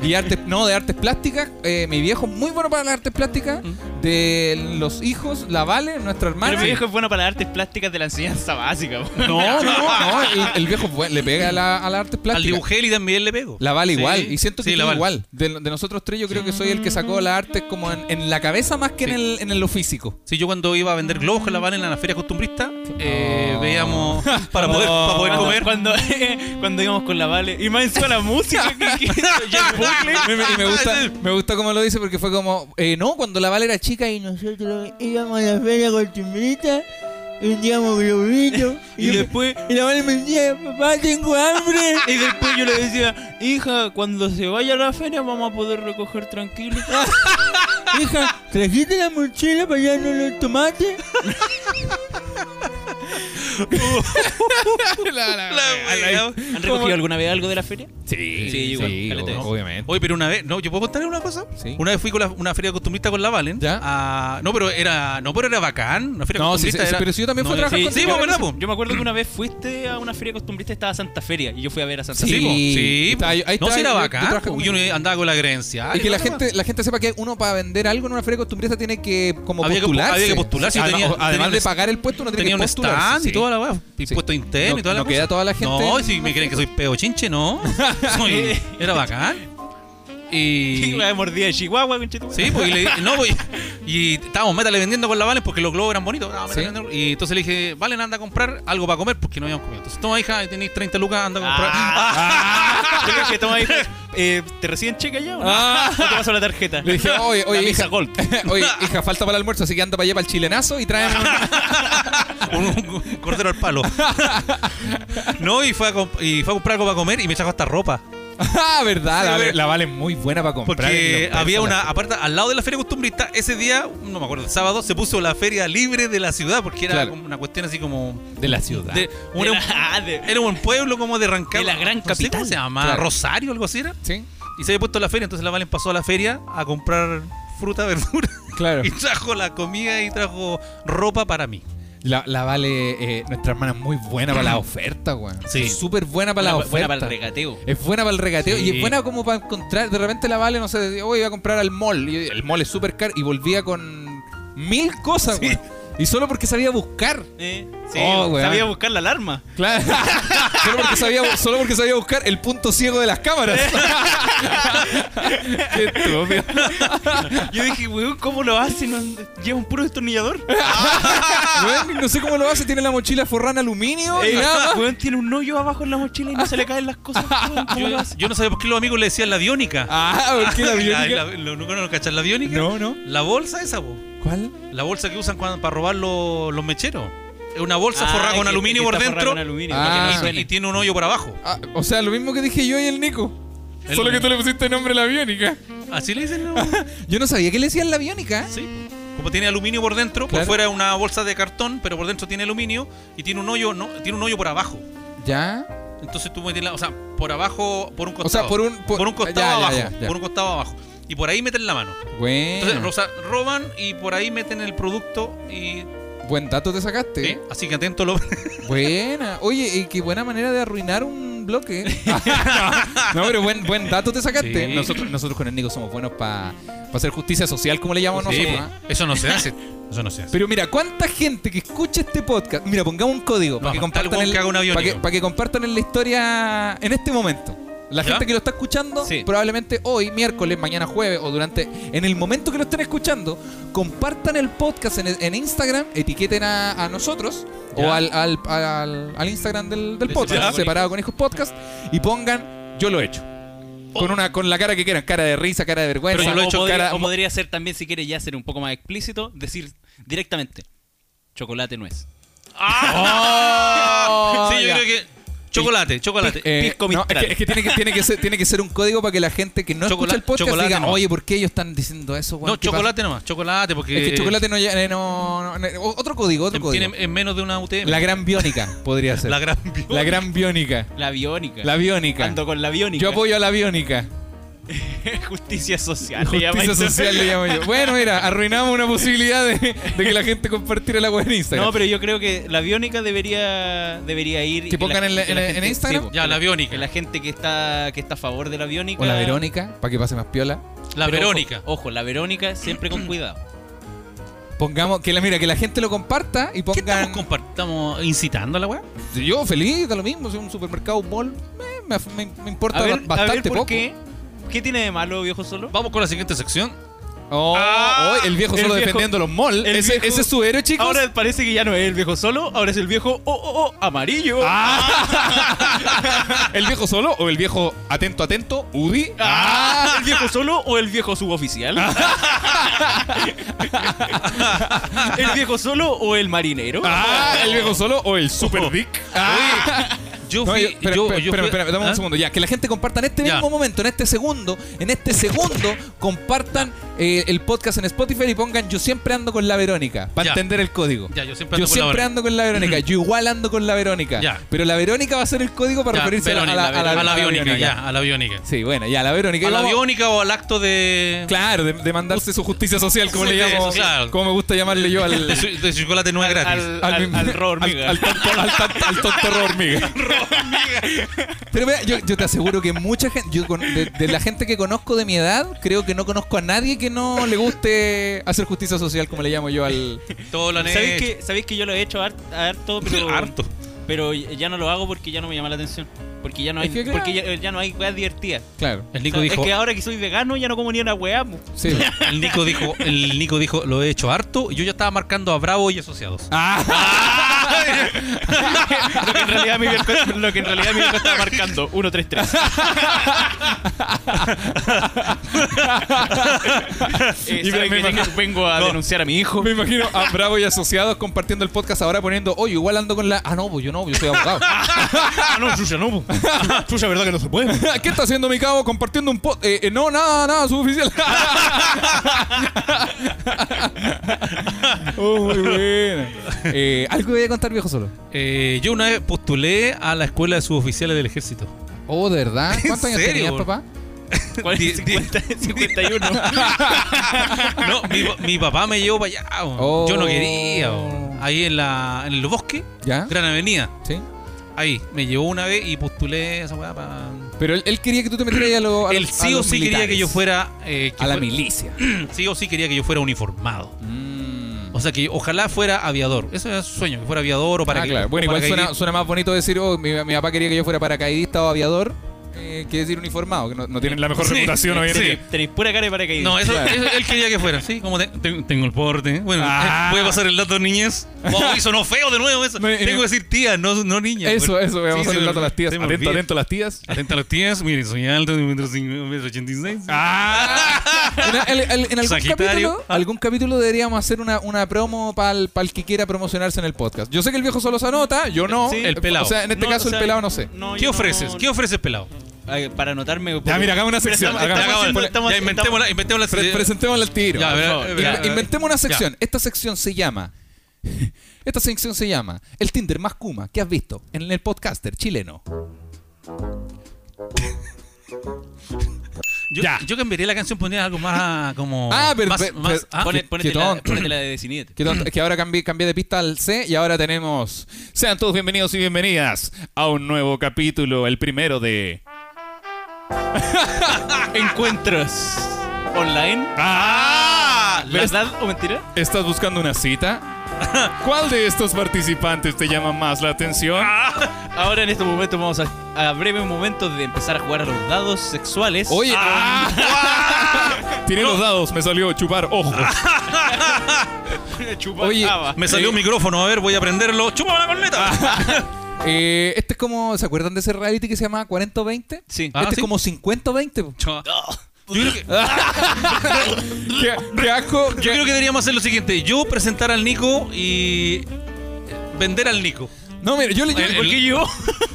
Y artes, no, de artes plásticas, eh, mi viejo es muy bueno para las artes plásticas. De los hijos, la Vale, nuestra hermana. Pero mi viejo es bueno para las artes plásticas de la enseñanza básica. [LAUGHS] po. No, no, no, el, el viejo es buen- le pega a la, a las artes Al plásticas. dibujeli también le pego. La Vale Sí. igual, y siento que Sí, la tú Vale. igual. De, de nosotros tres, yo creo que soy el que sacó las artes como en, en la cabeza más que en, el, en lo físico. Sí, yo cuando iba a vender globos con la van en la feria costumbrista, eh, Oh. veíamos para [LAUGHS] poder, para poder Cuando- comer. Cuando, cuando [LAUGHS] íbamos con la Vale. Y más encima la música. [LAUGHS] que- que- y el bucle. Y me, y me gusta, me gusta como lo dice porque fue como, eh, no, cuando la Vale era chica y nosotros íbamos a la feria con timbrita, vendíamos globitos Y después, y la Vale me decía, papá, tengo hambre. y después yo le decía, hija, cuando se vaya a la feria vamos a poder recoger tranquilo. Hija, ¿trajiste la mochila para allá no [LAUGHS] los tomates? [LAUGHS] La wea. ¿Han recogido alguna vez algo de la feria? Sí, Sí, igual, caleta de veces. obviamente. Oye, pero una vez, no, yo puedo contarle una cosa. Sí. Una vez fui con la- una feria costumbrista con la Valen. Ya. a- no, pero era, no, pero era bacán. Una feria No, sí, costumbrista sí, sí, era- pero si yo también fui a yo- trabajar con Sí, yo, pues, me ¿verdad, acuerdo- po? yo me acuerdo que una vez fuiste a una feria costumbrista, estaba Santa Feria, y yo fui a ver a Santa Sí, Feria. Sí, Ahí sí. está, ahí no, está, si era yo- yo bacán. trabajé po. con- Yo andaba con la creencia. Y que la Ay, gente, la gente sepa que uno para vender algo en una feria costumbrista tiene que como Había que- postularse. había que postularse, yo Además, tenía- o- además tenía de un- pagar el puesto, uno tiene Tenía que un postularse. stand y sí. toda la weá. Y Sí. puesto interno No- y toda la no cosa. queda toda la gente- No, y si me creen que soy peo chinche, [LAUGHS] no. Soy- era bacán. [LAUGHS] Y Y. una mordida de Chihuahua, conchetumare. Sí, pues y le no, pues, y estábamos, métale vendiendo con la Valen porque los globos eran bonitos. "No, métale Sí. vendiendo". Y entonces le dije, Valen, anda a comprar algo para comer porque no habíamos comido. Entonces, toma, hija, ahí tenéis 30 lucas, anda a comprar. Ah. [LAUGHS] Yo creo que toma ahí, eh, ¿Te reciben cheque ya o no? ¿O te paso la tarjeta? [LAUGHS] Le dije, oye, la oye, hija, Visa Gold. [LAUGHS] oye, hija, falta para el almuerzo, así que anda para allá para el chilenazo [LAUGHS] y trae [LAUGHS] un, un cordero al palo. [LAUGHS] no, y fue, a comp- y fue a comprar algo para comer y me trajo hasta ropa. Ah, verdad, la- Sí, la, ve- Vale es muy buena para comprar. en los Porque persos, había la- una, aparte, al lado de la feria costumbrista, ese día, no me acuerdo, el sábado, se puso la feria libre de la ciudad porque era Claro. como una cuestión así como. de la ciudad. de- un- De la- ah, de- era un pueblo como de Rancagua. De la gran No sé cómo capital. se llama? Claro. Rosario, algo así era. Sí, Y se había puesto la feria, entonces la Valen pasó a la feria a comprar fruta, [LAUGHS] verdura. claro. Y trajo la comida y trajo ropa para mí. La, la Vale, eh, nuestra hermana es muy buena para la oferta, weón. Sí. Es súper buena para la Buena- oferta. buena para el regateo. Es buena para el regateo Sí. y es buena como para encontrar. De repente la Vale, no sé, hoy iba a comprar al mall. y el mall es súper caro y volvía con mil cosas, weón. Y solo porque sabía buscar. Eh, sí, Oh, weón. sabía buscar la alarma. Claro. [LAUGHS] solo, porque sabía, solo porque sabía buscar el punto ciego de las cámaras. Qué estúpido. Yo dije, weón, ¿cómo lo hace? No- lleva un puro destornillador. Weón, no sé cómo lo hace, tiene la mochila forrada en aluminio y Eh, nada más. weón, tiene un hoyo abajo en la mochila y no se le caen las cosas. weón, ¿Cómo lo Yo, hace? yo no sabía por qué los amigos le decían la biónica. Ah, ¿por qué [LAUGHS] la La- biónica? la- lo- ¿Nunca no lo cachan la biónica? No, no. La bolsa esa, po. ¿Cuál? La bolsa que usan cuando- para robar los- los mecheros. Es una bolsa Ah, forrada que- con aluminio que por está forrada dentro con aluminio, Ah. para que y- no suene. y tiene un hoyo por abajo. Ah, o sea, lo mismo que dije yo y el Nico. El- Solo que tú le pusiste nombre a la biónica. Así le dicen, ¿no? Yo no sabía que le decían la biónica. Sí. Como tiene aluminio por dentro, Claro. por fuera es una bolsa de cartón, pero por dentro tiene aluminio y tiene un hoyo, no, tiene un hoyo por abajo. Ya. Entonces tú metes la, o sea, por abajo, por un O costado. sea, por un- por- costado ya, ya, abajo, ya, Mm. ya. por un costado abajo. Y por ahí meten la mano. Entonces, Bueno. o sea, roban y por ahí meten el producto y buen dato te sacaste. ¿Eh? Así que atento, lo... Buena. Oye, y qué buena manera de arruinar un [LAUGHS] bloque. [LAUGHS] no, pero buen, buen dato te sacaste. Sí. Nosotros, nosotros con el Nico somos buenos para hacer justicia social, como le llamamos Sí, nosotros. ¿ah? eso no se hace. Eso no se hace. Pero mira, ¿cuánta gente que escucha este podcast? Mira, pongamos un código para que, Vamos, tal compartan weón el- que haga un avión, para que, Nico. para que compartan en la historia en este momento. La ¿Ya? gente que lo está escuchando, Sí. probablemente hoy, miércoles, mañana jueves o durante, en el momento que lo estén escuchando, compartan el podcast en, en Instagram, etiqueten a, a nosotros o ¿Ya? al, al, al- al Instagram del, del De podcast, Separado con separado con hijos podcast, y pongan yo lo he hecho. Con, una, con la cara que quieran, cara de risa, cara de vergüenza, Oh. Pero yo lo he o, hecho podría, cara- o [LAUGHS] podría ser también, si quiere ya ser un poco más explícito, decir directamente: chocolate nuez. [LAUGHS] Ah, sí, yo ¡Oh! ya. creo que. Chocolate, chocolate. Eh, Pisco no, es Mistral. que, es que tiene que tiene que ser tiene que ser un código para que la gente que no Chocola- escucha el podcast chocolate diga, nomás. oye, ¿por qué ellos están diciendo eso? weón? no, ¿Qué chocolate nomás, chocolate, pasa?" porque. Es que chocolate no, llega- eh, no, no- no- otro código, otro en- código. em, tiene en menos de una UTM. La gran biónica podría [LAUGHS] ser. La La, gran bio- gran biónica, La biónica. la biónica. Ando con la biónica. Yo apoyo a la biónica. [LAUGHS] Justicia social. le llama Justicia eso. social le llamo yo. Bueno, mira, arruinamos una posibilidad de, de que la gente compartiera la web en Instagram. No, pero yo creo que la biónica debería, debería ir. Que pongan en la- en- en Instagram. Ya, la biónica. Que la gente que está, que está a favor de la biónica. o la Verónica, para que pase más piola. la Pero ojo, Verónica. Ojo, la Verónica siempre con [CLEARS THROAT] cuidado. Pongamos que la mira, que la gente lo comparta y ¿Qué pongan estamos, compart- estamos incitando a la weá? Yo feliz, da lo mismo, si es un supermercado, un mall, eh, me, me- me importa A ver, ba- a bastante ver por poco. qué. ¿Qué tiene de malo, viejo solo? Vamos con la siguiente sección. Oh, Ah, oh, el viejo el solo viejo- defendiendo los malls. el Ese, viejo- ese es su héroe, chicos. Ahora parece que ya no es el viejo solo, ahora es el viejo oh, oh, oh, amarillo. Ah, ¿El viejo solo o el viejo atento, atento? Udi. Ah, ¿El viejo solo o el viejo [LAUGHS] suboficial? [LAUGHS] ¿El viejo solo o el marinero? Ah, ¿el viejo solo o el Oh. super dick? Ah. Yo No, fui. yo- espera, yo- espera, yo espera, fui- espera, dame ¿Ah? un segundo. Ya, que la gente comparta en este Ya. mismo momento, en este segundo, en este segundo, compartan eh, el podcast en Spotify y pongan Yo siempre ando con la Verónica, para Ya. entender el código. Ya, yo siempre ando con yo la siempre Verónica. ando con la Verónica. Yo igual ando con la Verónica. Ya. Pero la Verónica va a ser el código para Ya, referirse a la- Verónica, a la, a la- a la a la biónica, ya, a la biónica. Sí, bueno, ya, la Verónica. A Y la vamos- biónica o al acto de. Claro, de, de mandarse su justicia social, como le Sí, llamo. eso, claro. Como me gusta llamarle yo al. [LAUGHS] de su- de chocolate no es gratis. Al, al, al Ro Hormiga. Al tonto, al tonto, [LAUGHS] al tonto Ro hormiga. Pero mira, yo, yo te aseguro que mucha gente. Yo con- de, de la gente que conozco de mi edad, creo que no conozco a nadie que no le guste hacer justicia social, como le llamo yo al. Todo lo han ¿Sabéis hecho. que, sabéis que yo lo he hecho har- harto, pero, Harto. pero ya no lo hago porque ya no me llama la atención. Porque ya no hay, Es que claro. porque ya, ya no hay weas divertidas. Claro. El Nico O sea, dijo. Es que ahora que soy vegano ya no como ni una wea. po. [LAUGHS] Sí. El Nico dijo, el Nico dijo, lo he hecho harto. y Yo ya estaba marcando a Bravo y asociados. [LAUGHS] Ah, Lo que en realidad mi viejo, lo que en realidad mi viejo estaba marcando [LAUGHS] 1-3-3. Eh, Y sabe me que imagino- vengo- vengo a denunciar a mi hijo. [LAUGHS] Me imagino a Bravo y asociados compartiendo el podcast ahora poniendo, oye, igual ando con la. Ah, no, pues yo no, yo soy abogado. Ah, no, chucha, no. [LAUGHS] Chucha, verdad que no se puede. [LAUGHS] ¿Qué está haciendo mi cabo compartiendo un podcast? no, nada, nada, suboficial. [LAUGHS] oh, muy buena. Eh, Algo voy a contar, viejo solo. Eh, yo una vez postulé a la escuela de suboficiales del [LAUGHS] ejército. Oh, ¿de verdad? ¿Cuántos años serio, tenías, bro? papá? ¿Cuál es? Di- di- 50, 51. [LAUGHS] No, mi, pa- mi papá me llevó para allá. weón. Oh. Yo no quería. weón. Ahí en la en el bosque, ¿Ya? Gran Avenida. Sí. Ahí me llevó una vez y postulé esa weá para. Pero él, él quería que tú te metieras a los. a Él los- a sí o los sí quería que militares, yo fuera. eh, que A la fue- milicia. Sí o sí quería que yo fuera uniformado. Mm. O sea que ojalá fuera aviador. Ese era su sueño, que fuera aviador o para Ah, claro. Bueno, igual suena, suena más bonito decir, oh, mi, mi papá quería que yo fuera paracaidista o aviador, eh, que decir uniformado, que no, no tienen Tienen la mejor Sí, reputación hoy en sí. día. Tenéis pura cara de paracaídas. No, eso, Claro. eso él quería que fuera, sí, como te- te- tengo el porte. Bueno, Ah. eh, voy a pasar el dato [LAUGHS] niñez. Wow, hizo no feo de nuevo eso. No, eh, tengo que decir tía, no, no niña. Eso, Bueno, eso, veamos sí, se el me dato a las tías. se me Atento, olvida. atento a las tías. Atenta a las tías, miren, soy alto, de 1,86 Ah, m. En, en- en- en algún, Sagitario. Ah. capítulo, algún capítulo deberíamos hacer una, una promo para el, que quiera promocionarse en el podcast. Yo sé que el viejo solo se anota, yo no. Sí. El pelado. O sea, en este No, caso o sea, el pelado no sé. no, ¿Qué yo ofreces? no- ¿Qué ofreces, pelado? Ay, Ah, para anotarme. Ya, mira, hagamos una Pero sección. estamos- hagamos- Ya, haciendo- acabamos- estamos- ya, inventemos la- inventemos la Pre- Presentémosla al tiro. Ya, Por a ver, favor. a ver, Inve- a ver. Inventemos una sección. Esta sección se llama. [LAUGHS] Esta sección se llama El Tinder más Kuma que has visto en el podcaster chileno. Yo, Ya. yo cambiaría la canción, pondría algo más como. Ah, pero- más- pero- más- pero- ah, Pone- qué- ponete, qué la, tonto. ponete la de Desinit. Que, tonto, es que ahora cambié, cambié de pista al C y ahora tenemos. Sean todos bienvenidos y bienvenidas a un nuevo capítulo, el primero de... Encuentros online. ¡Ah! ¿Verdad o mentira? ¿Estás buscando una [LAUGHS] cita? ¿Cuál de estos participantes te llama más la atención? Ah, Ahora en este momento vamos a, a breve momento de empezar a jugar a los dados sexuales. Oye, ah, ah, [LAUGHS] Tiré los dados, me salió chupar ojos. Chupar Oye, java. Ah, Me salió un micrófono, a ver, voy a prenderlo. ¡Chúpame la Ah. corneta! eh, este es como. ¿Se acuerdan de ese reality que se llamaba 40-20? Sí. Este Ah, es sí. como 50-20. po. Yo creo que- Qué, qué asco. Yo creo que deberíamos hacer lo siguiente: yo presentar al Nico y eh, vender al Nico. No, mira, yo le, yo, El- el- yo,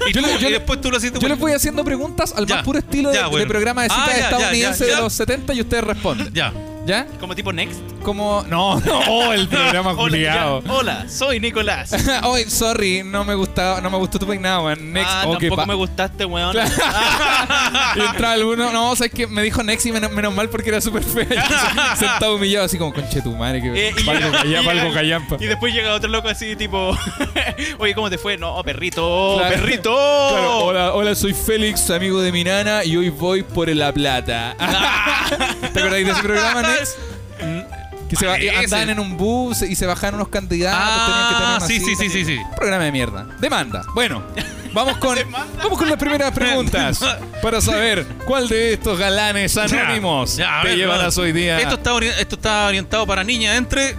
Y, Yo tú- le- yo y le- después tú lo haces. le voy haciendo preguntas al Ya, más puro estilo de, ya, de bueno. programa de Ah, citas ya, ya, estadounidense ya, ya. de los 70 y ustedes responden. Ya. ¿Ya? Como tipo [LAUGHS] next. Como. No, no. Oh, el [LAUGHS] programa [LAUGHS] Hola, culiao. ya. Hola, soy Nicolás. [LAUGHS] Ay, sorry, no me gustaba, no me gustó tu peinado, weón. Next, Ah, ok, tampoco pa- me gustaste, weón. Claro. Y entra alguno, no, sabes que me dijo Next y menos, menos mal porque era súper fea. [LAUGHS] Y se- Sentado humillado, así como conche tu madre. [LAUGHS] Que... Eh, y, Valgo llega- calla- [LAUGHS] y valgo llega- callampa. y después llega otro loco así, tipo, [LAUGHS] oye, ¿cómo te fue? No, perrito, Claro. perrito. Claro, hola, hola, soy Félix, amigo de mi nana, y hoy voy por La Plata. [LAUGHS] Ah. ¿Te acordáis de ese [LAUGHS] programa, Next? Que se ba- Parece. andaban en un bus y se bajaron unos candidatos. tenían que tener Ah, una sí, sí, cita. sí, sí, sí. Programa de mierda. Demanda. [LAUGHS] Bueno, vamos con, vamos con las primeras preguntas para saber cuál de estos galanes anónimos Ya, a te ver, llevarás no. hoy día. Esto está, ori- esto está orientado para niñas entre.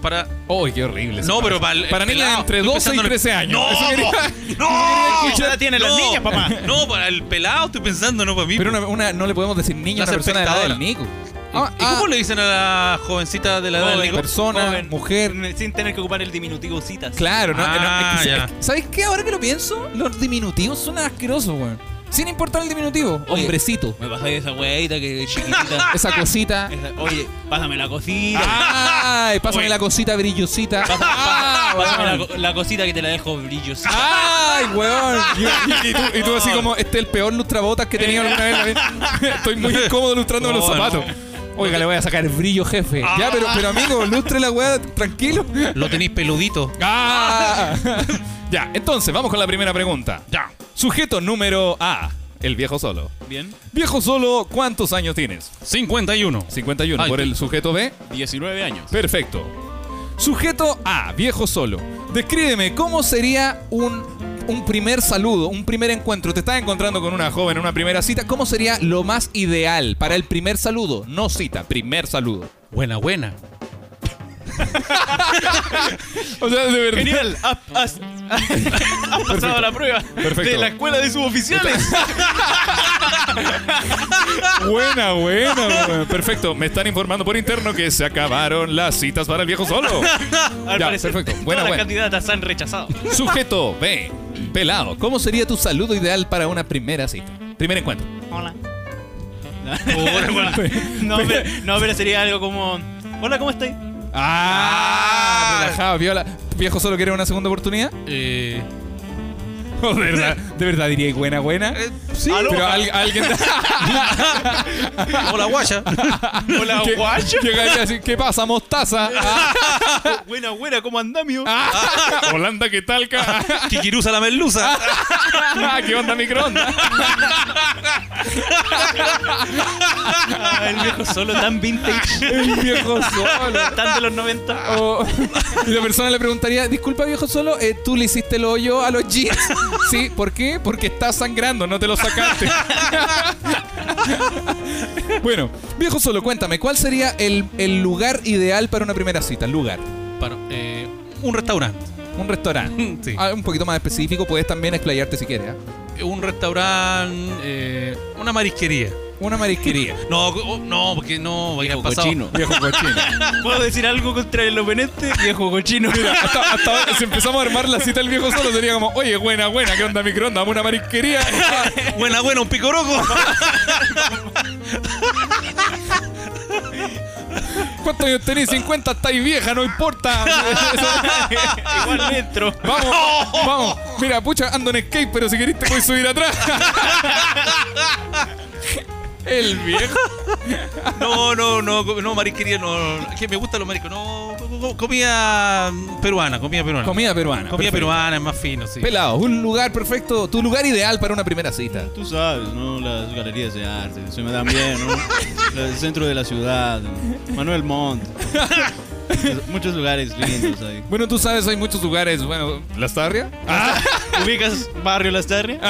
Para. ¡Uy, qué horrible! No, pero para. el- Para el niñas pelado. entre Estoy 12 y pensando en el- 13 años. ¡No! [LAUGHS] Eso quería- ¡No! ¿Qué edad "Ah, tienen las No, niñas, [LAUGHS] papá? [LAUGHS] No, para el pelado estoy pensando, no para mí. Pero una, una- no le podemos decir niño a Las una persona de la edad espectadoras. del Nico. Ah, ¿Y cómo le dicen a la jovencita de la edad del Joven. Nico? persona, Joven, mujer. Sin tener que ocupar el diminutivo citas. Claro, no, Ah, no, es que- ya. es que- ¿Sabes qué? Ahora que lo pienso, los diminutivos son asquerosos, weón. Sin importar el diminutivo, Oye. hombrecito. Me pasé esa weadita que [LAUGHS] chiquitita. [LAUGHS] Esa cosita. Esa- Oye, pásame la cosita. Ay, pásame Oye. la cosita [LAUGHS] brillosita. Pa- Ah, Pásame weón. la, co- la cosita que te la dejo brillosita. Ay, weón. Y, y- y tú, y tú así como, este es el peor lustrabotas que he tenido alguna vez. en la vida. [LAUGHS] Estoy muy incómodo lustrándome los No, no. zapatos. Oiga, le voy a sacar brillo, jefe. Ya, pero, pero amigo, lustre la weá, tranquilo. Lo tenéis peludito. [LAUGHS] Ah. Ya, entonces vamos con la primera pregunta. Ya. Sujeto número A, el viejo solo. Bien. Viejo solo, ¿cuántos años tienes? 51. 51 Ay, por qué- el sujeto B. 19 años. Perfecto. Sujeto A, viejo solo. Descríbeme cómo sería un, un primer saludo, un primer encuentro. Te estás encontrando con una joven en una primera cita. ¿Cómo sería lo más ideal para el primer saludo? No cita, primer saludo. Buena, buena. O sea, de verdad. [LAUGHS] Genial, has, has- has pasado la prueba de Perfecto. la escuela de suboficiales. [LAUGHS] Buena, buena, buena. Perfecto. Me están informando por interno que se acabaron las citas para el viejo solo. Al Ya, parecer, perfecto. todas Buena, las buena. candidatas han rechazado. Sujeto B, pelado. ¿Cómo sería tu saludo ideal para una primera cita? Primer encuentro. [LAUGHS] Hola. [LAUGHS] No, pero, no, pero sería algo como. Hola, ¿cómo [LAUGHS] estáis? Ah, relajado, viola. Viejo solo quiere una segunda oportunidad. Eh, ¿O de verdad, de verdad diría buena, buena. Eh, Eh, sí, aloha. pero al- alguien [LAUGHS] hola, guaya. Hola, que- guacho. llegaría a decir, ¿qué pasa, [LAUGHS] mostaza? Ah, Buena, buena, ¿cómo andás, mío? Holanda, ¿qué tal? [LAUGHS] ca? Kikirusa la merluza. Ah, ¿Qué onda, microondas? Ah, el viejo solo tan vintage, [LAUGHS] el viejo solo. tan de los 90. O- [LAUGHS] y la persona le preguntaría, disculpa viejo solo, eh, tú le hiciste el hoyo a los jeans. Sí, ¿por qué? Porque está sangrando, no te lo sacaste. [LAUGHS] bueno, viejo solo, cuéntame, ¿cuál sería el, el lugar ideal para una primera cita? Lugar. Para, eh, un restaurante. Un restaurante. Sí. Ah, un poquito más específico, puedes también explayarte si quieres. ¿ah? eh, Un restaurante. eh, una marisquería. Una marisquería. [LAUGHS] No, oh, no, porque no. vaya pues, al pasado. cochino. Viejo cochino. ¿Puedo decir algo contra el oponente? Viejo [LAUGHS] cochino. Hasta, hasta ahora, Si empezamos a armar la cita el viejo solo, sería como, oye, buena, buena, ¿qué onda, microondas? Vamos a una marisquería. [LAUGHS] Buena, buena, un picoroco. ¿Cuántos años tenés? 50, estáis vieja, no [LAUGHS] importa. Igual dentro. Vamos, vamos. Mira, pucha, ando en skate, pero si querés te puedes subir atrás. El viejo. [LAUGHS] No, no, no, co- no, marisquería, no. no, Que me gustan los mariscos. No, co- co- comida peruana, comida peruana. Comida peruana. Comida perfecto. peruana es más fino, sí. Pelado, un lugar perfecto, tu lugar ideal para una primera cita. Tú sabes, ¿no? Las galerías de arte, se me dan bien, ¿no? El centro de la ciudad, ¿no? Manuel Montt. Muchos- Muchos lugares lindos ahí. Bueno, tú sabes, hay muchos lugares, bueno, ¿la Starria? Ah. ¿Ubicas Barrio Las Tarrias?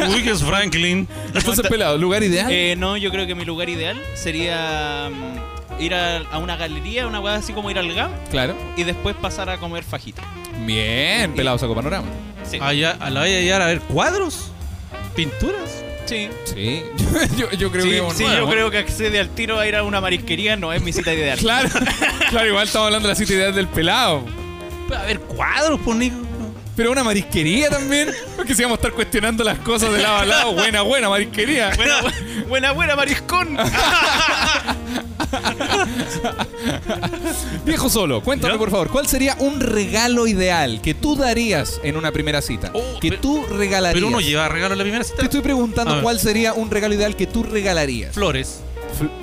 [LAUGHS] Uy, que es Franklin. Entonces, pelado, lugar ideal. Eh, no, yo creo que mi lugar ideal sería mm, ir a, a una galería, una hueá así como ir al GAM claro. y después pasar a comer fajita. Bien, pelado, saco panorama. Sí. Eh, Allá, a la vaya a llegar a ver cuadros, pinturas. sí. Sí. [LAUGHS] yo, yo creo Sí, que. sí, yo creo que accede al tiro a ir a una marisquería no es mi cita [LAUGHS] ideal. Claro, [LAUGHS] claro, igual estamos hablando de la cita ideal del pelado. A ver cuadros, pues, Nico. Pero una marisquería también. Porque si vamos a estar cuestionando las cosas de lado a lado. Buena, buena marisquería. Buena, bu- buena, buena, mariscón. [LAUGHS] Viejo solo, cuéntame por favor, ¿cuál sería un regalo ideal que tú darías en una primera cita? Oh, que pero- tú regalarías. Pero uno lleva regalo en la primera cita. Te estoy A preguntando ver. cuál sería un regalo ideal que tú regalarías. Flores,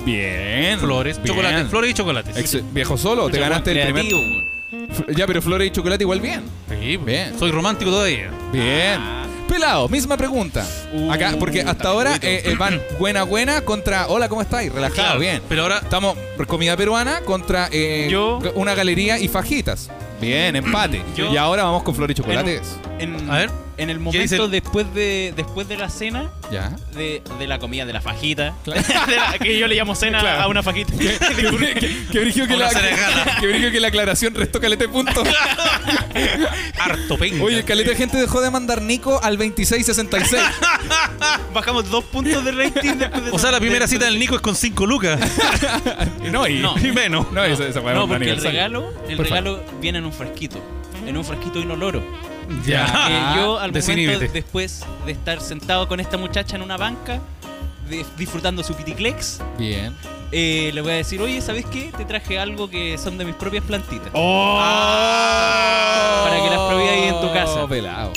bien. flores, chocolate, flores y chocolates. Ex- viejo solo, te ganaste el primer. Creativo, weón. F- Ya, pero flores y chocolate igual bien. Sí, pues, Ah. Bien. Soy romántico todavía. Bien. Pelado, misma pregunta. Uh, Acá, porque hasta ahora eh, eh, van buena, buena contra hola, ¿cómo estáis? Relajado, Claro, bien. Pero ahora Estamos comida peruana contra eh, Yo- una galería y fajitas. Bien, empate. Yo- y ahora vamos con flores y chocolates. En, A ver, en el ¿qué dice momento el- después, de, después de la cena, [LAUGHS] Ya. de, de la comida, de la fajita, [LAUGHS] de la- que yo le llamo cena Claro. a una [LAUGHS] fajita. [LAUGHS] que, que, que brígido que, Ahora se la, que, [LAUGHS] regala. brígido que la aclaración restó caleta [LAUGHS] de puntos. harto penca. Oye, caleta de gente dejó de mandar Nico al [LAUGHS] 2666. Bajamos dos puntos de rating después de [LAUGHS] o sea, la primera de- cita del Nico es con 5 lucas. [LAUGHS] no, y, No. y menos. no, esa, esa fue No, un porque el aniversario. regalo, el Por regalo viene en un frasquito. En un frasquito inoloro. Ya. Ah, Eh, yo al desinhíbete. momento después de estar sentado con esta muchacha en una banca, de- disfrutando su piticlex, Bien. eh, le voy a decir, oye, ¿sabes qué? Te traje algo que son de mis propias plantitas. Oh. Para que las probéis ahí en tu casa. Pelado.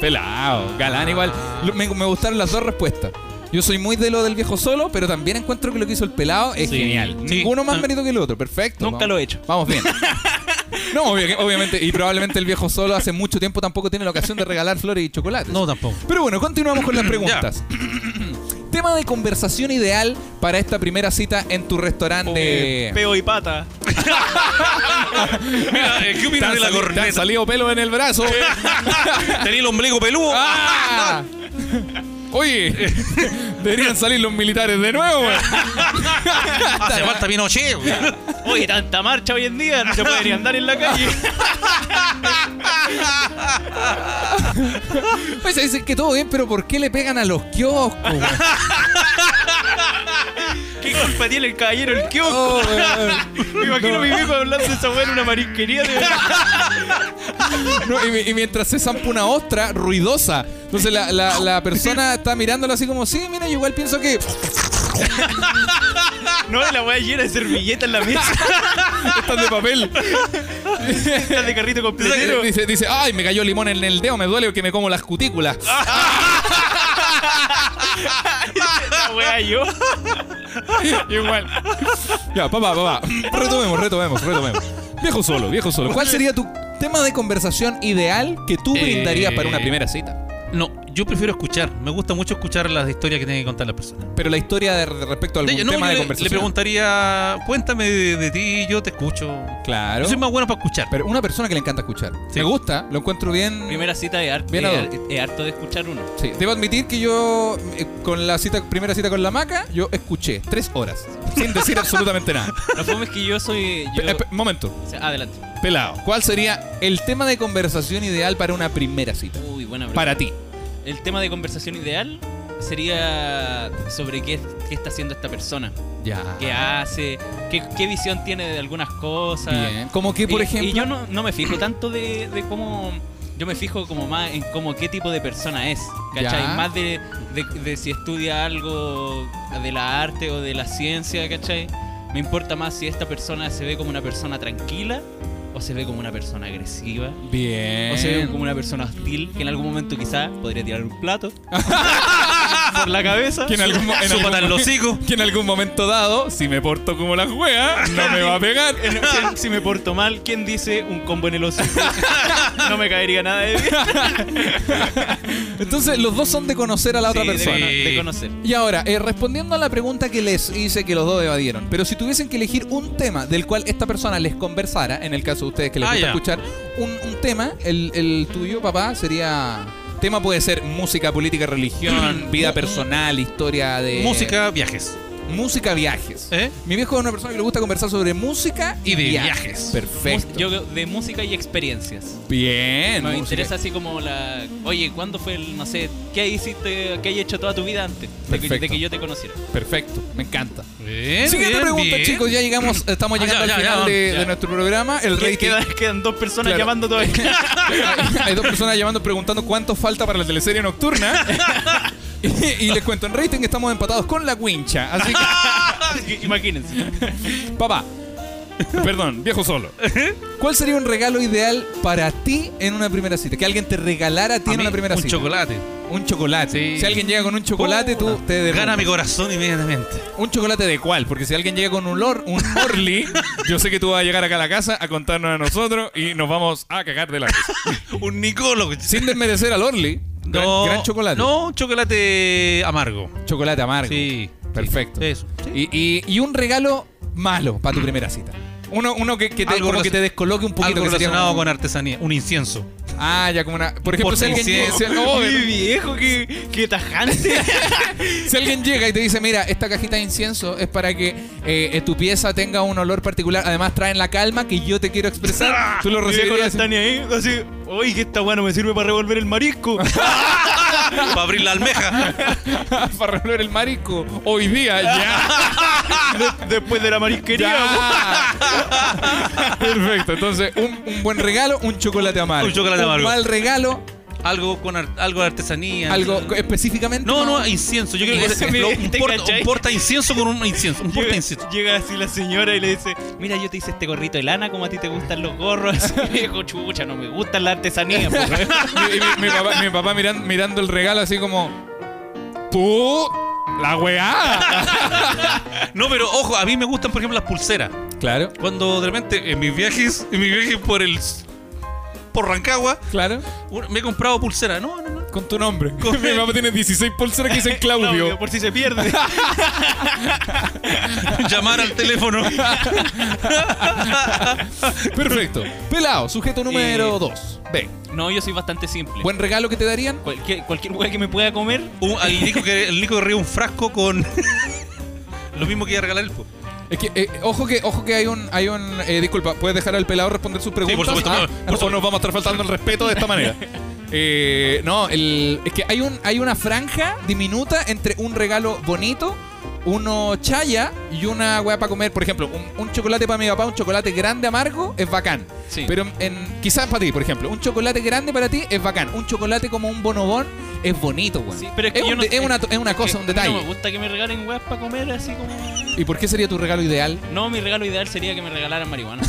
Pelado. Galán igual. Lo- Me, me gustaron las dos respuestas. Yo soy muy de lo del viejo solo, pero también encuentro que lo que hizo el pelado es Sí. genial. Sí. Ninguno más Ah. mérito que el otro. Perfecto. Nunca Vamos- lo he hecho. Vamos [LAUGHS] bien. No, obvia- obviamente, y probablemente el viejo solo hace mucho tiempo tampoco tiene la ocasión de regalar flores y chocolates. No, tampoco. Pero bueno, continuamos con las preguntas. [CLEARS THROAT] Tema de conversación ideal para esta primera cita en tu restaurante. Eh, Peo y pata. [LAUGHS] Mira, eh, ¿qué Te opinas han de la sali- te han corneta? salido pelo en el brazo. [LAUGHS] Tenía el ombligo peludo. ¡Ah! Oye, [LAUGHS] deberían salir los militares de nuevo. güey. [LAUGHS] Hace falta Pinochet. Oye, tanta marcha hoy en día, no se puede ni andar en la [LAUGHS] calle. Pues se dicen que todo bien, pero ¿por qué le pegan a los kioscos? [LAUGHS] güey? ¿Qué culpa tiene el caballero el kiosco? Oh, güey. Me imagino mi viejo hablando de esa weá en una marisquería [LAUGHS] de No, y, mi- y mientras se zampa una ostra ruidosa. Entonces la, la- la persona está mirándola así como, sí, mira, yo igual pienso que [LAUGHS] están No, la weá llena de servilletas en la mesa, [LAUGHS] de papel. de carrito completero. [LAUGHS] Dice, dice, dice, ay, me cayó limón en el dedo, me duele que me como las cutículas. La weá yo. [LAUGHS] Igual. Ya, papá, papá. Retomemos, retomemos, retomemos. Viejo solo, viejo solo. ¿Cuál sería tu tema de conversación ideal que tú Eh, brindarías para una primera cita? [LAUGHS] No, yo prefiero escuchar. Me gusta mucho escuchar las historias que tienen que contar las personas. Pero la historia de, respecto a algún Yo- no, tema yo de le, conversación. le preguntaría, cuéntame de, de ti, yo te escucho. Claro. Yo soy más bueno para escuchar. Pero una persona que le encanta escuchar. Sí. Me gusta, lo encuentro bien. Primera cita es harto, Bien, es, Adolfo. har- es harto de escuchar uno. Sí, debo admitir que yo eh, con la cita primera cita con la maca yo escuché tres horas sin decir [LAUGHS] absolutamente nada. La forma es que yo soy. yo- Pe- eh, pe- momento, o sea, adelante. pelado. ¿Cuál sería el tema de conversación ideal para una primera cita? Uy, buena pregunta. Para ti. El tema de conversación ideal sería sobre qué, qué está haciendo esta persona, Ya. qué hace, qué, qué visión tiene de algunas cosas. Ah. Bien. Como que por Y- ejemplo. Y yo no, no me fijo tanto de, de cómo. Yo me fijo como más en cómo qué tipo de persona es, ¿cachai? Ya. Más de, de- de si estudia algo de la arte o de la ciencia, ¿cachai? Me importa más si esta persona se ve como una persona tranquila o se ve como una persona agresiva. Bien. [LAUGHS] O se ve como una persona hostil que en algún momento quizá podría tirar un plato. por la cabeza. Que en algún, [LAUGHS] mo- en Súpate algún- al [LAUGHS] hocico. que en algún momento dado, si me porto como la juega, no me va a [LAUGHS] pegar. En- si- si me porto mal, ¿quién dice un combo en el oso? [LAUGHS] no me caería nada de bien. Entonces, los dos son de conocer a la otra Sí, de persona. cono- De, conocer. Y ahora, eh, respondiendo a la pregunta que les hice que los dos evadieron, pero si tuviesen que elegir un tema del cual esta persona les conversara, en el caso de ustedes que les Ah, gusta ya. escuchar, un, un tema, el, el tuyo, papá, sería... Tema puede ser música, política, [CLEARS THROAT] religión, vida personal, historia de... Música, viajes. Música, viajes. ¿Eh? Mi viejo es una persona que le gusta conversar sobre música Y y, de viajes. Perfecto. Yo de música y experiencias. Bien. Me música. interesa así como la. Oye, ¿cuándo fue el, no sé, qué hiciste, qué hay hecho toda tu vida antes de que, Perfecto. de que yo te conociera? Perfecto. Me encanta. Bien, Siguiente bien, pregunta, bien. chicos. [CLEARS THROAT] Ya llegamos, estamos Ah, ya, llegando ya, al ya, final de, ya. de nuestro programa. El Que- rating. queda- quedan dos personas Claro. llamando todavía. [LAUGHS] [LAUGHS] Hay dos personas llamando preguntando cuánto falta para la teleserie nocturna. [LAUGHS] y, y les cuento, en rating estamos empatados con la wincha. Así que, [LAUGHS] Imagínense. papá, Perdón, viejo solo. ¿cuál sería un regalo ideal para ti en una primera cita? Que alguien te regalara a ti A en mí, una primera un cita. chocolate. Un chocolate. Sí. Si alguien llega con un chocolate, tú te derrumbas. Gana mi corazón inmediatamente. ¿Un chocolate de cuál? Porque si alguien llega con un lor, un Orly, yo sé que tú vas a llegar acá a la casa a contarnos a nosotros y nos vamos a cagar de la risa. [LAUGHS] Un Nicólogo. sin desmerecer al Orly, gran, No, gran chocolate. No, un chocolate amargo. Chocolate amargo. Sí. Perfecto. sí, eso, sí. Y, y- y un regalo malo para tu primera cita. Uno, uno que, que te, Algo como que relacion- te descoloque un poquito. Algo que sería relacionado un- con artesanía. Un [LAUGHS] incienso. Ah, ya como una... Por ejemplo, Por si alguien, oh, llega, si, incienso. [LAUGHS] no, Mi pero- viejo, qué, qué [LAUGHS] tajante. si alguien llega y te dice, mira, esta cajita de incienso es para que eh, eh, tu pieza tenga un olor particular. Además, traen la calma que yo te [LAUGHS] quiero expresar. Tú lo Mi viejo no recibirías. está ni ahí. Así, oye, que esta bueno me sirve para revolver el marisco. Para abrir la almeja. [LAUGHS] para revolver el marico. Hoy día ya. Después [LAUGHS] de la marisquería. [LAUGHS] Perfecto, entonces. un, un buen regalo, un chocolate amargo. Un chocolate amargo. mal regalo, Algo con ar- algo de artesanía. algo específicamente. [LAUGHS] No, no, incienso. Yo creo que Ese es me- un, ¿te porta, cachai? un porta incienso con un incienso. Un porta incienso. Llega, llega así la señora y le dice, mira, yo te hice este gorrito de lana como a ti te gustan los gorros. [LAUGHS] Así, viejo, chucha, no me gustan la artesanía. po, [LAUGHS] weón. Mi, mi- mi papá, mi papá miran- mirando el regalo así como. ¡Tú! ¡La weá! No, pero ojo, a mí me gustan, por ejemplo, las pulseras. Claro, Cuando de repente en mis viajes, en mis viajes por el. por Rancagua, claro. un- me he comprado pulseras. No, no, [LAUGHS] no. Con tu nombre. Mi papá tiene 16 pulseras que dicen Claudio. [LAUGHS] Claudio, por si se pierde. Llamar al teléfono. Perfecto. Pelado, sujeto número Eh, 2. B. No, yo soy bastante simple. Buen regalo que te darían. Cualquier, cualquier weá que me pueda comer, [LAUGHS] Un- al Nico que, el Nico que ríe un frasco con. [LAUGHS] lo mismo que iba a regalar él. po. Es que, eh, ojo que, ojo que hay un, hay un, eh, disculpa, ¿puedes dejar al pelado responder sus preguntas? supuesto, Ah, por ah, Por eso nos vamos a estar faltando el respeto de esta [LAUGHS] manera. Eh, no, el- es que hay, un, hay una franja diminuta entre un regalo bonito, uno chaya y una weá para comer. Por ejemplo, un, un chocolate para mi papá, un chocolate grande amargo es bacán. Sí. Pero en, quizás para ti, por ejemplo, un chocolate grande para ti es bacán. Un chocolate como un bonobón es bonito, weón. Sí, pero es que yo un no- de- una, to- es una es que cosa, un a detalle. mí No me gusta que me regalen weas para comer así como. ¿Y por qué sería tu regalo [LAUGHS] ideal? No, mi regalo ideal sería que me regalaran [LAUGHS] marihuana.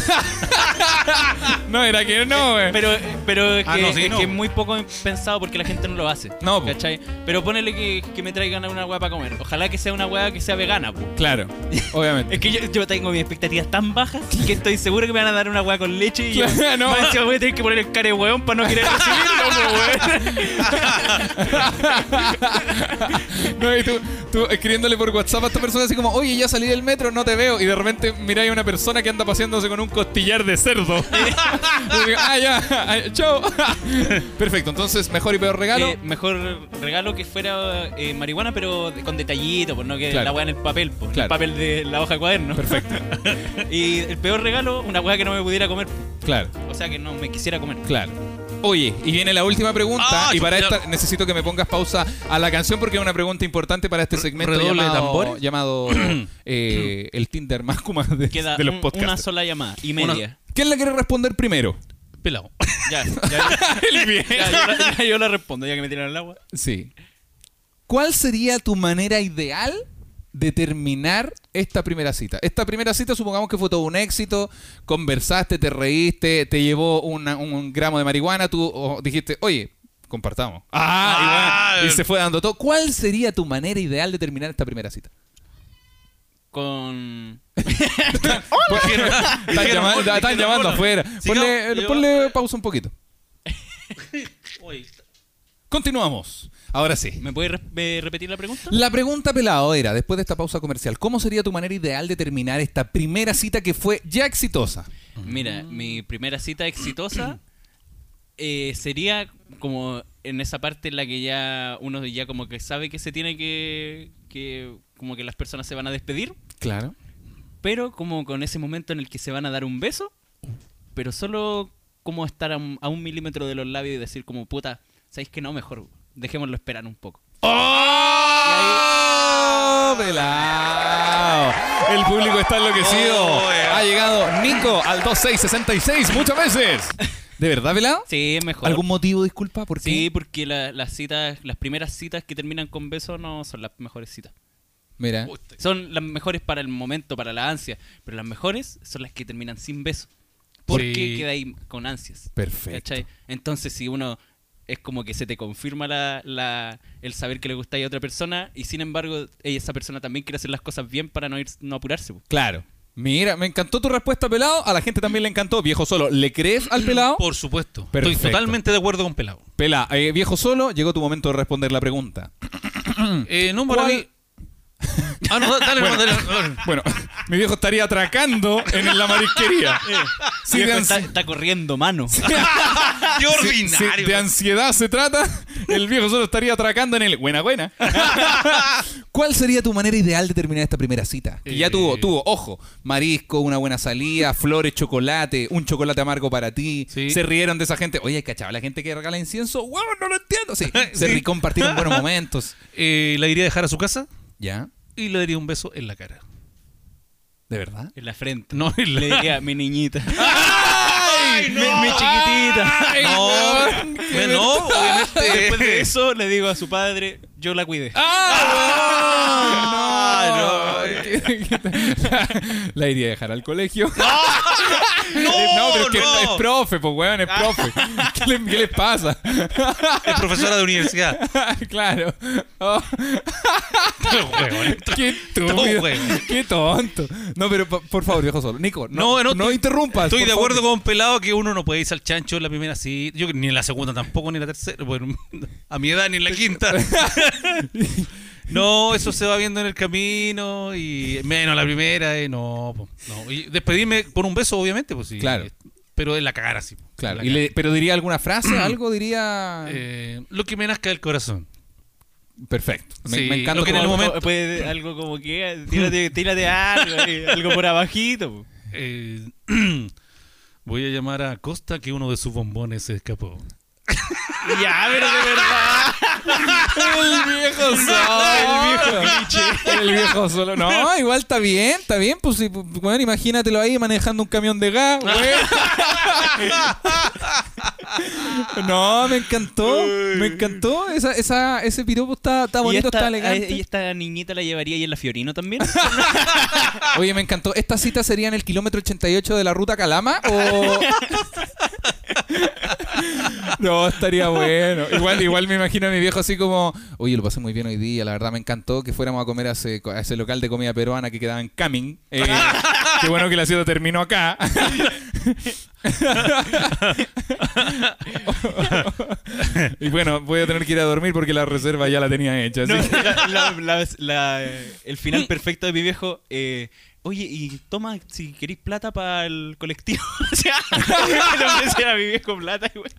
No, era que no, eh. Pero, pero es, que, Ah, no, sí, es no. que es muy poco pensado porque la gente no lo hace. No, po. ¿cachai? Pero ponele que, que me traigan una hueá para comer. Ojalá que sea una hueá que sea vegana, po. Claro, obviamente. [LAUGHS] Es que yo, yo tengo mis expectativas tan bajas que estoy seguro que me van a dar una hueá con leche [LAUGHS] y Claro, yo, no. más encima voy a tener que poner el care hueón para no [LAUGHS] querer recibirlo, po, [LAUGHS] weón. No, y tú, tú escribiéndole por WhatsApp a esta persona así como, oye, ya salí del metro, no te veo. Y de repente miráis a una persona que anda paseándose con un costillar [LAUGHS] de cerdo. Y digo, ah, ya, ah, chao. [LAUGHS] Perfecto, entonces, mejor y peor regalo. Eh, mejor regalo que fuera eh, marihuana, pero de- con detallito, pues no que Claro. la hueá en el papel, pues, Claro. el papel de la hoja de cuaderno. Perfecto, [LAUGHS] Y el peor regalo, una hueá que no me pudiera comer. claro, O sea, que no me quisiera comer. claro. Oye, y viene la última pregunta. Ah, y para ya. esta necesito que me pongas pausa a la canción porque es una pregunta importante para este segmento redoble de llamado, tambores. [COUGHS] llamado eh, el Tinder más como de, Queda de los un- podcasts. una sola llamada y media. ¿Quién la quiere responder primero? Pelado. Ya, ya, [LAUGHS] ya, yo, la, [LAUGHS] ya, yo la respondo, ya que me tiraron el agua. Sí. ¿Cuál sería tu manera ideal de terminar esta primera cita? Esta primera cita supongamos que fue todo un éxito, conversaste, te reíste, te llevó una- un, gramo de marihuana, tú o, dijiste, oye, compartamos. Ah, Ah, y, bueno, y el- se fue dando todo. ¿Cuál sería tu manera ideal de terminar esta primera cita? Con. Están llamando, hola, están dijeron, llamando hola. afuera. Sigamos, Ponle, yo- ponle pausa un poquito. Continuamos. Ahora sí. ¿Me puedes re- eh, repetir la pregunta? La pregunta pelado era, después de esta pausa comercial, ¿cómo sería tu manera ideal de terminar esta primera cita que fue ya exitosa? Mira, mi primera cita exitosa [CLEARS THROAT] eh, sería como en esa parte en la que ya uno ya como que sabe que se tiene que, que como que las personas se van a despedir, Claro. pero como con ese momento en el que se van a dar un beso, pero solo como estar a un, a un milímetro de los labios y decir como puta, ¿sabéis que no? Mejor dejémoslo esperar un poco. ¡Oh! Pelao. El público está enloquecido. Oh, eh. ha llegado Nico al 2666 muchas veces. ¿De verdad, pelado? Sí, es mejor. ¿Algún motivo, disculpa? ¿Por Sí, qué? porque la- las citas, las primeras citas que terminan con besos no son las mejores citas. Mira. Son las mejores para el momento, para la ansia, pero las mejores son las que terminan sin beso. Porque Sí. queda ahí con ansias. Perfecto. ¿cachai? Entonces, si uno es como que se te confirma la, la- el saber que le gusta a otra persona y sin embargo ey, esa persona también quiere hacer las cosas bien para no ir no apurarse. po. Claro. Mira, me encantó tu respuesta, pelado. A la gente también le encantó. Viejo solo, ¿le crees al pelado? Por supuesto. Perfecto. Estoy totalmente de acuerdo con Pelado. Pela, eh, viejo solo, llegó tu momento de responder la pregunta. Eh, no, para ¿Cuál? mí. Ah, no, dale, no, dale. dale. Bueno, [LAUGHS] mi viejo estaría atracando en la [LAUGHS] marisquería. Si de, Viejo, ansi- está, [LAUGHS] está corriendo mano. Qué si- [LAUGHS] si ordinario. de ansiedad se trata, el viejo solo estaría atracando en el buena buena. [LAUGHS] ¿Cuál sería tu manera ideal de terminar esta primera cita? Que ya tuvo, tuvo, ojo, marisco, una buena salida, flores, chocolate, un chocolate amargo para ti. Sí. Se rieron de esa gente. Oye, cachaba, la gente que regala incienso, wow, no lo entiendo. [LAUGHS] Sí, se ri- compartieron [LAUGHS] buenos momentos. Eh, la iría a dejar a su casa ¿Ya? y le daría un beso en la cara. ¿De verdad? En la frente. No, en Le la. diría, mi niñita. [LAUGHS] ¡Ay, [LAUGHS] Mi- mi chiquitita. no, me- no, obviamente. Después [LAUGHS] de eso le digo a su padre, yo la cuidé. ¡Ah! Ay, la iría a dejar al colegio. ¡Ah! [LAUGHS] no, no, Eh, pero es que no. Ah. es profe, pues weón, es profe. ¿Qué le- qué [LAUGHS] les pasa? Es profesora de universidad. claro. Oh, [LAUGHS] qué estúpido. weón. Qué tonto. No, pero po- por favor, viejo solo. Nico, No, no, no, no, estoy- interrumpas. Estoy por de acuerdo favor. con Pelado que uno no puede irse al chancho en la primera cita. Yo ni en la segunda tampoco, ni en la tercera. Bueno, [LAUGHS] a mi edad ni en la [LAUGHS] quinta. No, eso se va viendo en el camino y menos la primera, eh, no, po, no. Y despedirme con un beso, obviamente, pues sí. Claro. eh, Pero en la cagar así. po, en Claro. la y le- pero diría alguna frase, algo diría. cagar. Eh, lo que me nazca del corazón. Perfecto. Me, sí, me encanta. lo que en el cómo- momento- Puede- algo como que tírate, tírate algo, ahí, algo por abajito. po. Eh, [CLEARS THROAT] voy a llamar a Costa que uno de sus bombones se escapó. Ya, pero de Ah, verdad. El viejo solo. El viejo solo. No, igual está bien, está bien. Pues sí, pues, weón, imagínatelo ahí manejando un camión de gas, weón. No, me encantó. Me encantó. Esa, esa, ese piropo está, está bonito, está ¿Y eh, elegante. esta niñita la llevaría ahí en la Fiorino [LAUGHS] también? Oye, me encantó. ¿Esta cita sería en el kilómetro 88 de la ruta Calama? O. [LAUGHS] No, estaría bueno. Igual, igual me imagino a mi viejo así como, oye, lo pasé muy bien hoy día, la verdad me encantó que fuéramos a comer a ese, a ese local de comida peruana que quedaba en Camin. Eh, qué bueno que la cita terminó acá. [LAUGHS] y bueno, voy a tener que ir a dormir porque la reserva ya la tenía hecha. así No, que- la- la- la- la- el final perfecto de mi viejo. eh, Oye, y toma si queréis plata para el colectivo. [LAUGHS] O sea, le ofrecía a mi viejo plata. y bueno.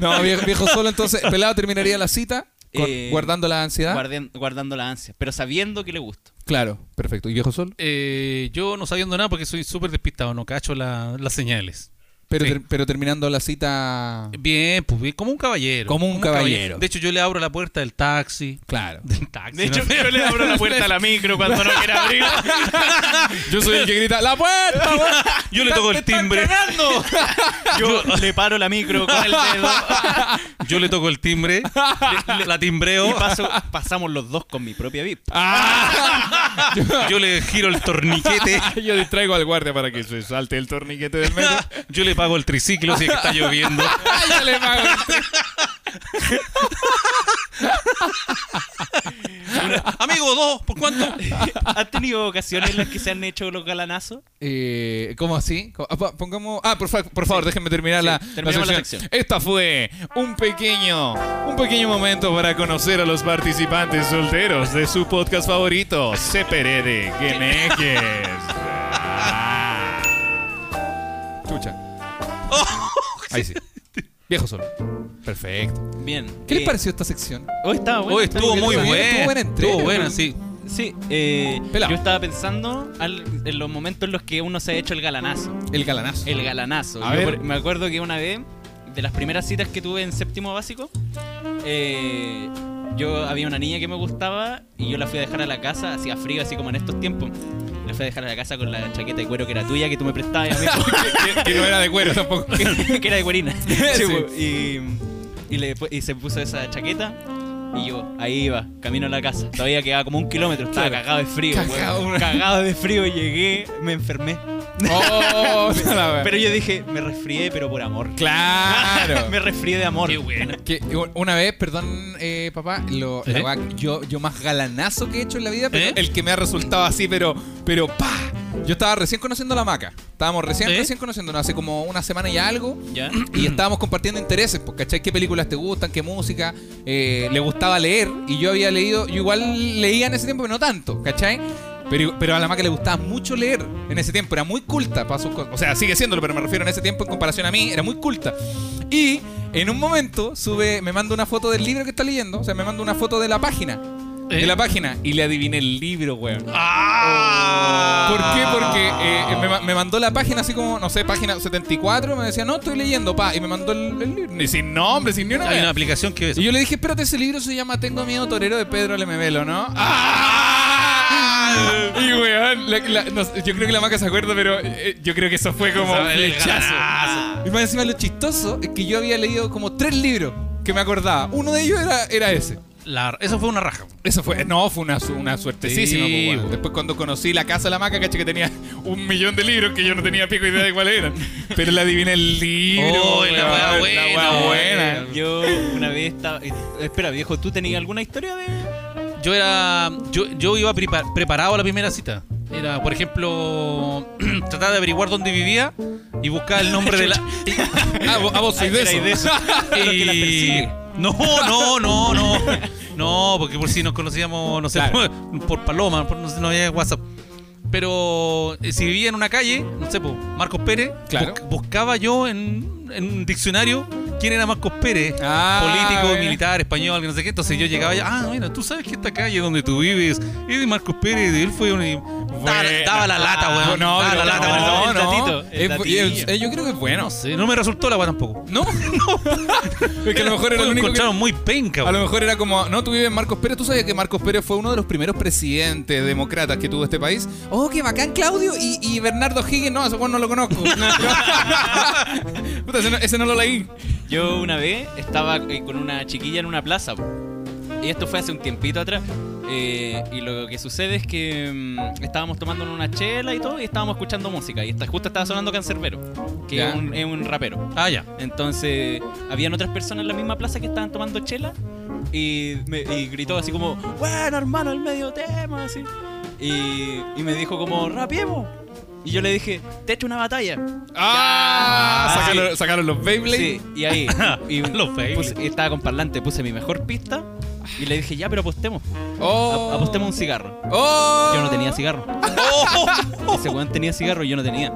No, viejo, viejo solo, entonces, pelado terminaría la cita con- Eh, guardando la ansiedad. Guarden- Guardando la ansia, pero sabiendo que le gusta. Claro, perfecto. ¿Y viejo solo? Eh, yo no sabiendo nada porque soy súper despistado, no cacho la- las señales. Pero, Sí. ter- pero terminando la cita... Bien, pues bien, como un caballero. Como un caballero. De hecho, yo le abro la puerta del taxi. [LAUGHS] Claro. Del taxi. De ¿no? hecho, yo le abro la puerta a la micro cuando no [LAUGHS] quiera abrir. Yo soy el que grita, ¡la puerta! [LAUGHS] weón". [LAUGHS] yo le toco el timbre. Yo le paro la micro con el dedo Yo le toco el timbre. le- la timbreo. y paso, pasamos los dos con mi propia VIP. [LAUGHS] Yo le giro el [LAUGHS] torniquete. Yo distraigo al guardia para que se salte el torniquete del medio. Yo le pago el triciclo si es que está lloviendo. ¡Ay, ya le pago! Amigo, dos, ¿por cuánto? [LAUGHS] ¿Has tenido ocasiones en las que se han hecho los galanazos? Eh, ¿Cómo así? ¿Cómo- ah, po- Pongamos. Ah, por, fa- por favor, déjenme terminar la, terminemos la sección. Esta fue un pequeño, un pequeño momento para conocer a los participantes solteros de su podcast favorito, CPR de Geneques. Ah. Chucha. Oh. Ahí sí. Viejo solo. Perfecto. Bien. ¿Qué les eh, pareció esta sección? Hoy estaba bueno. Hoy estuvo muy Estuvo buena. bien, estuvo buena entrega. Estuvo buena, sí. Sí, eh, Pelado. yo estaba pensando al- en los momentos en los que uno se ha hecho el galanazo. El galanazo. El galanazo. A Yo ver. por- me acuerdo que una vez, de las primeras citas que tuve en séptimo básico, eh, yo había una niña que me gustaba y yo la fui a dejar a la casa, hacía frío, así como en estos tiempos. La fui a dejar a la casa con la chaqueta de cuero que era tuya, que tú me prestabas, amigo, que, que no era de cuero tampoco. [LAUGHS] que, que era de cuerina. [LAUGHS] Sí. Y, y le pu- y se puso esa chaqueta y yo, ahí iba, camino a la casa. Todavía quedaba como un kilómetro, estaba cagado de frío. weón. Cagado. cagado de frío, llegué, me enfermé. [LAUGHS] Oh, la wea. Pero yo dije, me resfrié, pero por amor. [LAUGHS] claro. [LAUGHS] me resfrié de amor. Qué bueno. Que u- una vez, perdón, eh, papá, lo, la ¿Eh? weá- yo, yo más galanazo que he hecho en la vida, pero ¿Eh? el que me ha resultado así, pero, pero pa. Yo estaba recién conociendo a la maca. Estábamos recién, ¿Eh? recién conociéndonos, hace como una semana y algo. ¿Ya? Y estábamos compartiendo intereses, pues, ¿cachai? ¿Qué películas te gustan? ¿Qué música? Eh, le gustaba leer. Y yo había leído, yo igual leía en ese tiempo, pero no tanto, ¿cachai? Pero, pero a la maca le gustaba mucho leer en ese tiempo, era muy culta para sus cosas. O sea, sigue siéndolo, pero me refiero en ese tiempo en comparación a mí, era muy culta. Y en un momento sube, me manda una foto del libro que está leyendo, o sea, me manda una foto de la página. De ¿Eh? la página. Y le adiviné el libro, weón. ¡Ah! ¿Por qué? Porque eh, me, ma- me mandó la página así como, no sé, página 74, me decía, no, estoy leyendo, pa, y me mandó el, el libro. Y sin nombre, sin ni una. Hay wea. una aplicación que es. Y yo le dije, espérate, ese libro se llama Tengo miedo torero de Pedro [LAUGHS] Lemebelo, ¿no? ¡Ah! Y weón, la- la- no sé, yo creo que la maca se acuerda, pero eh, yo creo que eso fue como Esa- el flechazo. galanazo. Y más encima lo chistoso es que yo había leído como tres libros que me acordaba. Uno de ellos era, era ese. La- Eso fue una raja. Eso fue, no, fue una, su- una suertecísima. Sí, po, weón. weón. Después cuando conocí la casa de la maca, caché que tenía [LAUGHS] un millón de libros que yo no tenía pico idea de cuál eran. Pero le adiviné el libro. Oh, la weón, wea buena, wea weón. buena. Eh, Yo una vez estaba. eh, Espera, viejo, ¿tú tenías alguna historia de.? Yo era. Yo, yo iba prepa- preparado a la primera cita. Era, por ejemplo, [CLEARS THROAT] trataba de averiguar dónde vivía y buscaba el nombre de la. Ah, vos, ah, vos sois Ah, de era eso. de [LAUGHS] eso. [LAUGHS] Pero que la persigue. No, no, no, no. No, porque por si nos conocíamos, no sé, Claro. por, [LAUGHS] por Paloma, por- no, sé, no había WhatsApp. Pero eh, si vivía en una calle, no sé, por Marcos Pérez, Claro. bus- buscaba yo en, en un diccionario quién era Marcos Pérez, Ah, Mm. político, mira. militar, español, que no sé qué. Entonces yo llegaba allá, ah, mira, tú sabes que esta calle donde tú vives es de Marcos Pérez, él fue un. Daba, daba la lata, weón. No, daba la pero lata, no, weón. el no. datito, el Es bu- y es- datillo. eh, yo creo que es bueno. No sé, no me resultó la weá tampoco. [LAUGHS] No, [LAUGHS] Es que a lo mejor era Lo el único que- encontraron muy penca, A lo mejor era como, no, tú vives en Marcos Pérez. ¿Tú sabías que Marcos Pérez fue uno de los primeros presidentes demócratas que tuvo este país? Oh, qué bacán, Claudio. Y, y Bernardo Higgins, no, a ese weón no [LAUGHS] lo conozco. [LAUGHS] Puta, ese no, ese no lo leí. Yo una vez estaba eh, con una chiquilla en una plaza. po. Y esto fue hace un tiempito atrás. eh, y lo que sucede es que mm, estábamos tomando una chela y todo, y estábamos escuchando música. Y está, justo estaba sonando Cancerbero, que Ya. es un, es un rapero. Ah, Oh, ya. Entonces, habían otras personas en la misma plaza que estaban tomando chela. Y, me- y gritó así como, bueno hermano, el medio tema, así. Y, y me dijo como, rapiemos. Y yo le dije, te echo una batalla. Ah, Ah, sacaron, sí. sacaron los Beyblade. Sí, y [LAUGHS] ahí. Y Los Beyblade. puse- y estaba con parlante, puse mi mejor pista y le dije, ya, pero apostemos. Oh. A- apostemos un cigarro. Oh. Yo no tenía cigarro. Ese weón tenía cigarro y yo no tenía.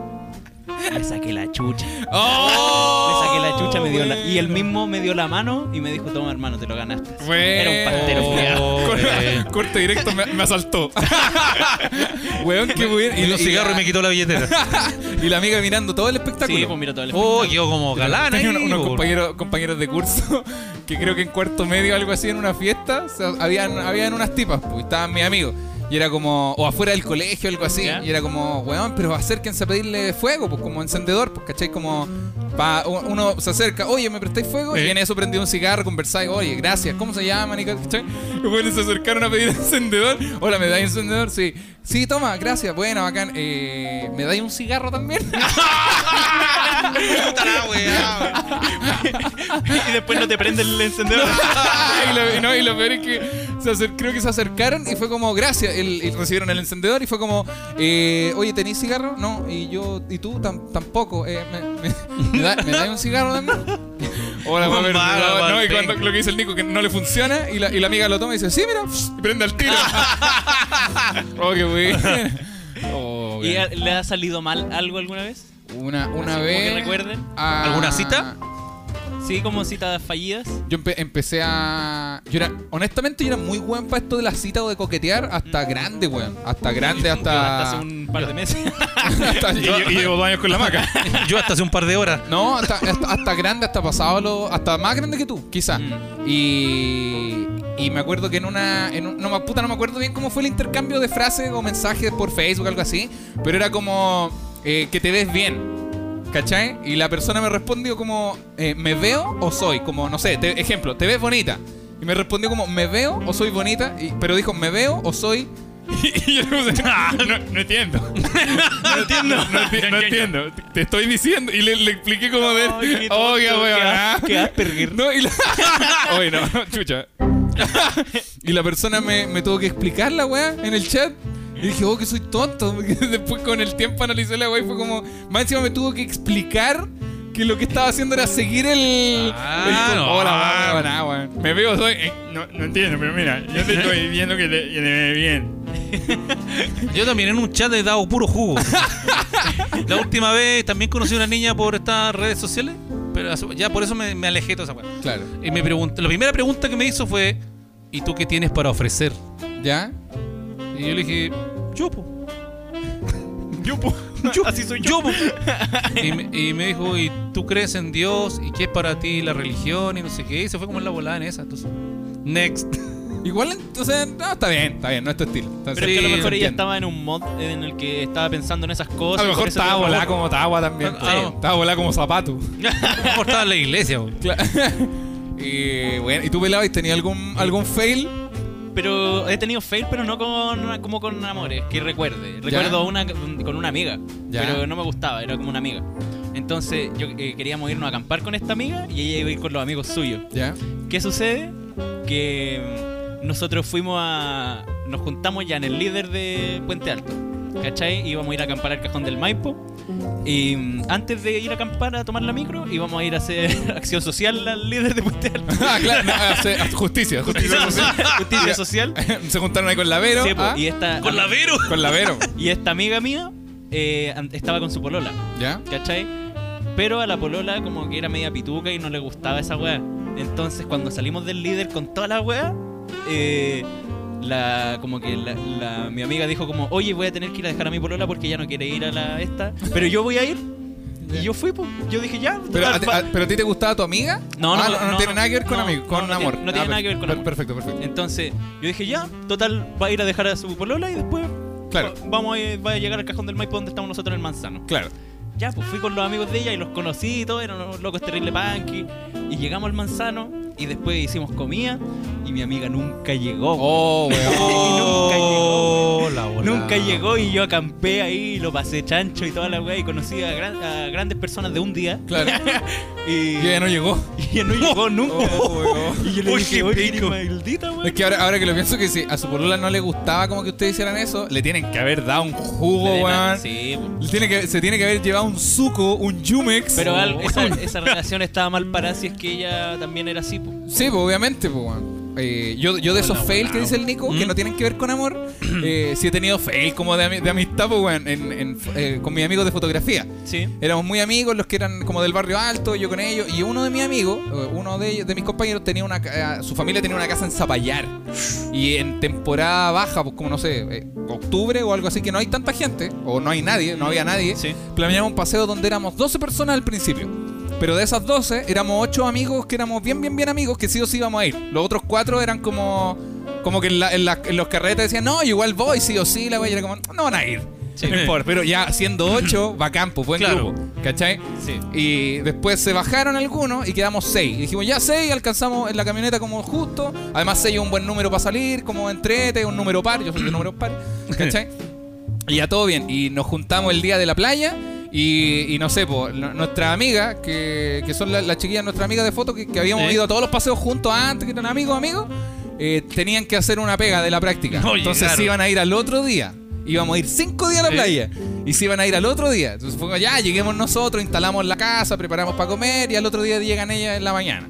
Le saqué la chucha. Oh. Le saqué la chucha, me dio la, y él mismo me dio la mano y me dijo, toma hermano, te lo ganaste. Era Bueno. un pastero Oh, culiao. Corte, eh. [LAUGHS] corte directo me, me asaltó. [LAUGHS] Weón, qué bien. Y los cigarros y me quitó la [LAUGHS] billetera. Y la amiga mirando todo el espectáculo. Sí, pues mira todo el Oh, espectáculo. quedó como galán ahí. Tenía una- unos po. compañeros, compañeros de curso [LAUGHS] que creo que en cuarto medio algo así en una fiesta, o sea, habían, habían unas tipas, pues, y estaban mis amigos. Y era como, o afuera del colegio, algo así. ¿Ya? Y era como, weón, pero acérquense a pedirle fuego, pues como encendedor, pues, ¿cachai? Como, Pa- u- uno se acerca, oye, ¿me prestáis fuego? Y en eso prendí un cigarro, conversáis, oye, gracias, ¿cómo se llama, Nicolás? Y bueno, se acercaron a pedir [LAUGHS] encendedor. Hola, ¿me dais encendedor? Sí. Sí, toma, gracias, bueno, bacán. Eh, ¿Me dais un cigarro también? Puta la Ah, weá, weón. Y después no te prenden el [LAUGHS] encendedor. [LAUGHS] y, lo, y no, y lo peor es que se acer- creo que se acercaron y fue como, gracias, el- y recibieron el encendedor y fue como, eh, oye, ¿tenéis cigarro? No, y yo, y tú Tam- tampoco, eh, ¿me, me, me da- me dais un cigarro también? [LAUGHS] Hola, Un va a ver, vago, no, no, y Valpec. cuando lo que dice el Nico que no le funciona y la, y la amiga lo toma y dice, sí, mira, y prende al [LAUGHS] tiro. oh, qué bueno. Oh, ¿Y bueno. a- le ha salido mal algo alguna vez? Una, una Así como vez. que recuerden. a- ¿Alguna cita? Sí, como citas fallidas. Yo empe- empecé a. Yo era, honestamente, yo era muy weón para esto de la cita o de coquetear hasta grande, weón. Hasta grande, Mm. Hasta hasta. hace un par de meses. [LAUGHS] hasta- Y, y llevo dos años con la maca. [LAUGHS] Yo hasta hace un par de horas. [LAUGHS] no, hasta, hasta, hasta grande, hasta pasado, lo, hasta más grande que tú, quizás. Mm. Y. Y me acuerdo que en una. En un- no, me- puta, no me acuerdo bien cómo fue el intercambio de frases o mensajes por Facebook, algo así. Pero era como. eh, que te ves bien. ¿Cachai? Y la persona me respondió como, eh, ¿me veo o soy? Como, no sé, te- ejemplo, ¿te ves bonita? Y me respondió como, ¿me veo o soy bonita? Y- pero dijo, ¿me veo o soy? [LAUGHS] Y yo le puse, "Ah, no, no [LAUGHS] entiendo. No entiendo. No, enti- no entiendo. Te- Te estoy diciendo. Y le, le expliqué como de. Ay, qué Oh, tonto, qué qué weón. as- ah". qué Asperger. No, y la, [LAUGHS] Oye, no, chucha. y la persona me, me tuvo que explicar la weá en el chat. Y dije, oh, que soy tonto. [LAUGHS] Porque después con el tiempo analicé la weá y fue como, más encima me tuvo que explicar que lo que estaba haciendo era seguir el... Ah, el- no. Hola, weá, weá, weá. Me veo, soy. eh, no, no entiendo, pero mira, yo [LAUGHS] te estoy viendo que te, que te ve bien. Yo también en un chat he dado puro [LAUGHS] jugo. La última vez también conocí a una niña por estas redes sociales, pero ya por eso me, me alejé de toda esa weá. Claro. Y me preguntó, la primera pregunta que me hizo fue, ¿y tú qué tienes para ofrecer? ¿Ya? Y yo le dije, yo, po. Ah, Yo, Así soy [LAUGHS] yo. Y me, y me dijo, ¿y tú crees en Dios? ¿Y qué es para ti la religión? Y no sé qué. Y se fue como en la volada en esa. Entonces, next. [LAUGHS] Igual, o sea, no, está bien, está bien, no es tu estilo. Pero es que a lo mejor ella estaba en un mod en el que estaba pensando en esas cosas. A lo por mejor eso estaba digo, volada como- como Tawa también. Ah, no. Estaba volada como zapato. ¿Cómo estaba la iglesia? po? Claro. [LAUGHS] y bueno, ¿y tú pelado y tenías algún, algún fail? Pero he tenido fail, pero no con, como con amores, que recuerde. Recuerdo una con una amiga, Ya. pero no me gustaba, era como una amiga. Entonces yo eh, queríamos irnos a acampar con esta amiga y ella iba a ir con los amigos suyos. ¿Ya? [LAUGHS] ¿Qué sucede? Que mm, nosotros fuimos a... Nos juntamos ya en el líder de Puente Alto. ¿Cachai? Íbamos a ir a acampar al cajón del Maipo. Y mm, antes de ir a acampar a tomar la micro, íbamos a ir a hacer [LAUGHS] acción social al líder de Puente Alto. Ah, claro, no, hace- hace justicia, [LAUGHS] justicia. [LAUGHS] social. Justicia social. [LAUGHS] Se juntaron ahí con Lavero. Sí, po, ah, y, esta, Con la Vero. [LAUGHS] Con Lavero, y esta amiga mía eh, an- estaba con su polola, ¿ya? ¿cachai? Pero a la polola como que era media pituca y no le gustaba esa weá. Entonces cuando salimos del líder con toda la weá, eh, la, como que la- la- mi amiga dijo como, oye, voy a tener que ir a dejar a mi polola porque ya no quiere ir a la esta, pero yo voy a ir. Y yo fui, pues, yo dije ya. Pero, total, a ti- va". a- ¿Pero a ti te gustaba tu amiga? No, no, Ah, no, tiene no, nada que ver con no, amigo, con no, no amor. tiene- no tiene Ah, nada que ver con per- amor. Perfecto, perfecto. Entonces yo dije ya, total, va a ir a dejar a su polola y después Claro. va- vamos a, va a llegar al cajón del Maipo donde estamos nosotros en el manzano. [LAUGHS] Claro. Ya, pues fui con los amigos de ella y los conocí y todo, eran unos locos terrible punky. Y llegamos al manzano y después hicimos comida y mi amiga nunca llegó. Oh, nunca llegó. Oh, la volada. Nunca llegó y yo acampé ahí, lo pasé chancho y toda la weá y conocí a, gran- a grandes personas de un día. Claro. Y, Y ella [LAUGHS] no llegó. y ella no llegó [LAUGHS] nunca. Oh, y yo le Uy, dije, qué oye, eres pico". maldita, weón". Es que ahora, ahora que lo pienso que si a su polola no le gustaba como que ustedes hicieran eso, le tienen que haber dado un jugo, weón. Sí, po. Le Tiene que, se tiene que haber llevado un suco, un yumex. pero al- esa, esa relación estaba mal para si es que ella también era así, po. Sí, pues obviamente, pues, weón. Eh, yo, yo de esos fail que dice el Nico, que no tienen que ver con amor, eh, sí he tenido fail como de, ami- de amistad, pues, weón, en- en- eh, con mis amigos de fotografía. Sí. Éramos muy amigos, los que eran como del barrio alto, yo con ellos, y uno de mis amigos, eh, uno de, ellos- de mis compañeros, tenía una ca- eh, su familia tenía una casa en Zapallar. Y en temporada baja, pues como no sé, eh, octubre o algo así, que no hay tanta gente, o no hay nadie, no había nadie, Sí. planeamos un paseo donde éramos 12 personas al principio. Pero de esas 12, éramos 8 amigos que éramos bien, bien, bien amigos, que sí o sí íbamos a ir. Los otros 4 eran como. Como que en, la- en la- en los carretes decían, no, igual voy, sí o sí, la voy a ir. Como, no van a ir. Sí. No importa, pero ya siendo ocho, bacán, pues buen Claro. grupo. ¿Cachai? Sí. Y después se bajaron algunos y quedamos seis. Y dijimos, ya seis, alcanzamos en la camioneta como justo. Además, seis es un buen número para salir, como entrete, un número par. Yo soy de números par. ¿Cachai? Y ya todo bien. Y nos juntamos el día de la playa. Y, y no sé, pues, no- nuestras amigas, que, que son la- las chiquillas, nuestras amigas de foto, que, que habíamos Sí. ido a todos los paseos juntos antes, que eran amigos, amigos, eh, tenían que hacer una pega de la práctica. No Entonces llegaron. se iban a ir al otro día. Íbamos a ir cinco días a la Sí. playa. Y se iban a ir al otro día. Entonces fue como, ya, lleguemos nosotros, instalamos la casa, preparamos para comer y al otro día llegan ellas en la mañana.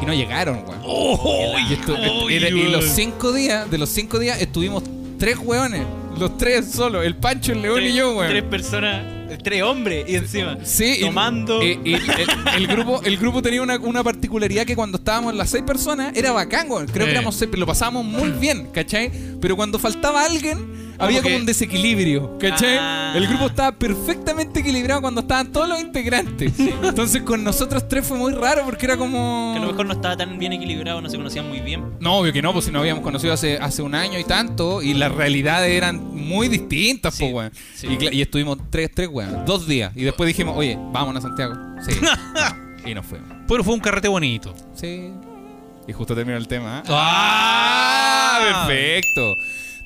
Y no llegaron, weón. Oh, Y, estu- Uy, era- y weón. los cinco días, de los cinco días estuvimos tres hueones. Los tres solos, el Pancho, el León y yo, weón. Tres personas, tres hombres y encima. Sí, y- tomando. eh, y el, el grupo, el grupo tenía una, una particularidad que cuando estábamos las seis personas era bacán, weón. Creo Eh. que éramos seis, pero lo pasábamos muy bien, ¿cachai? Pero cuando faltaba alguien, había como que- un desequilibrio, ¿cachai? Ah. El grupo estaba perfectamente equilibrado cuando estaban todos los integrantes. Entonces con nosotros tres fue muy raro porque era como. que a lo mejor no estaba tan bien equilibrado, no se conocían muy bien. No, obvio que no, pues si nos habíamos conocido hace, hace un año y tanto, y las realidades eran muy distintas, Sí, pues, weón. sí. Y, cla- y estuvimos tres, tres, weón, dos días. Y después dijimos, oye, vámonos a Santiago. [LAUGHS] Sí. y nos fuimos. Pero fue un carrete bonito. Sí. Y justo terminó el tema. Ah. ¿eh? ¡Ah! Perfecto.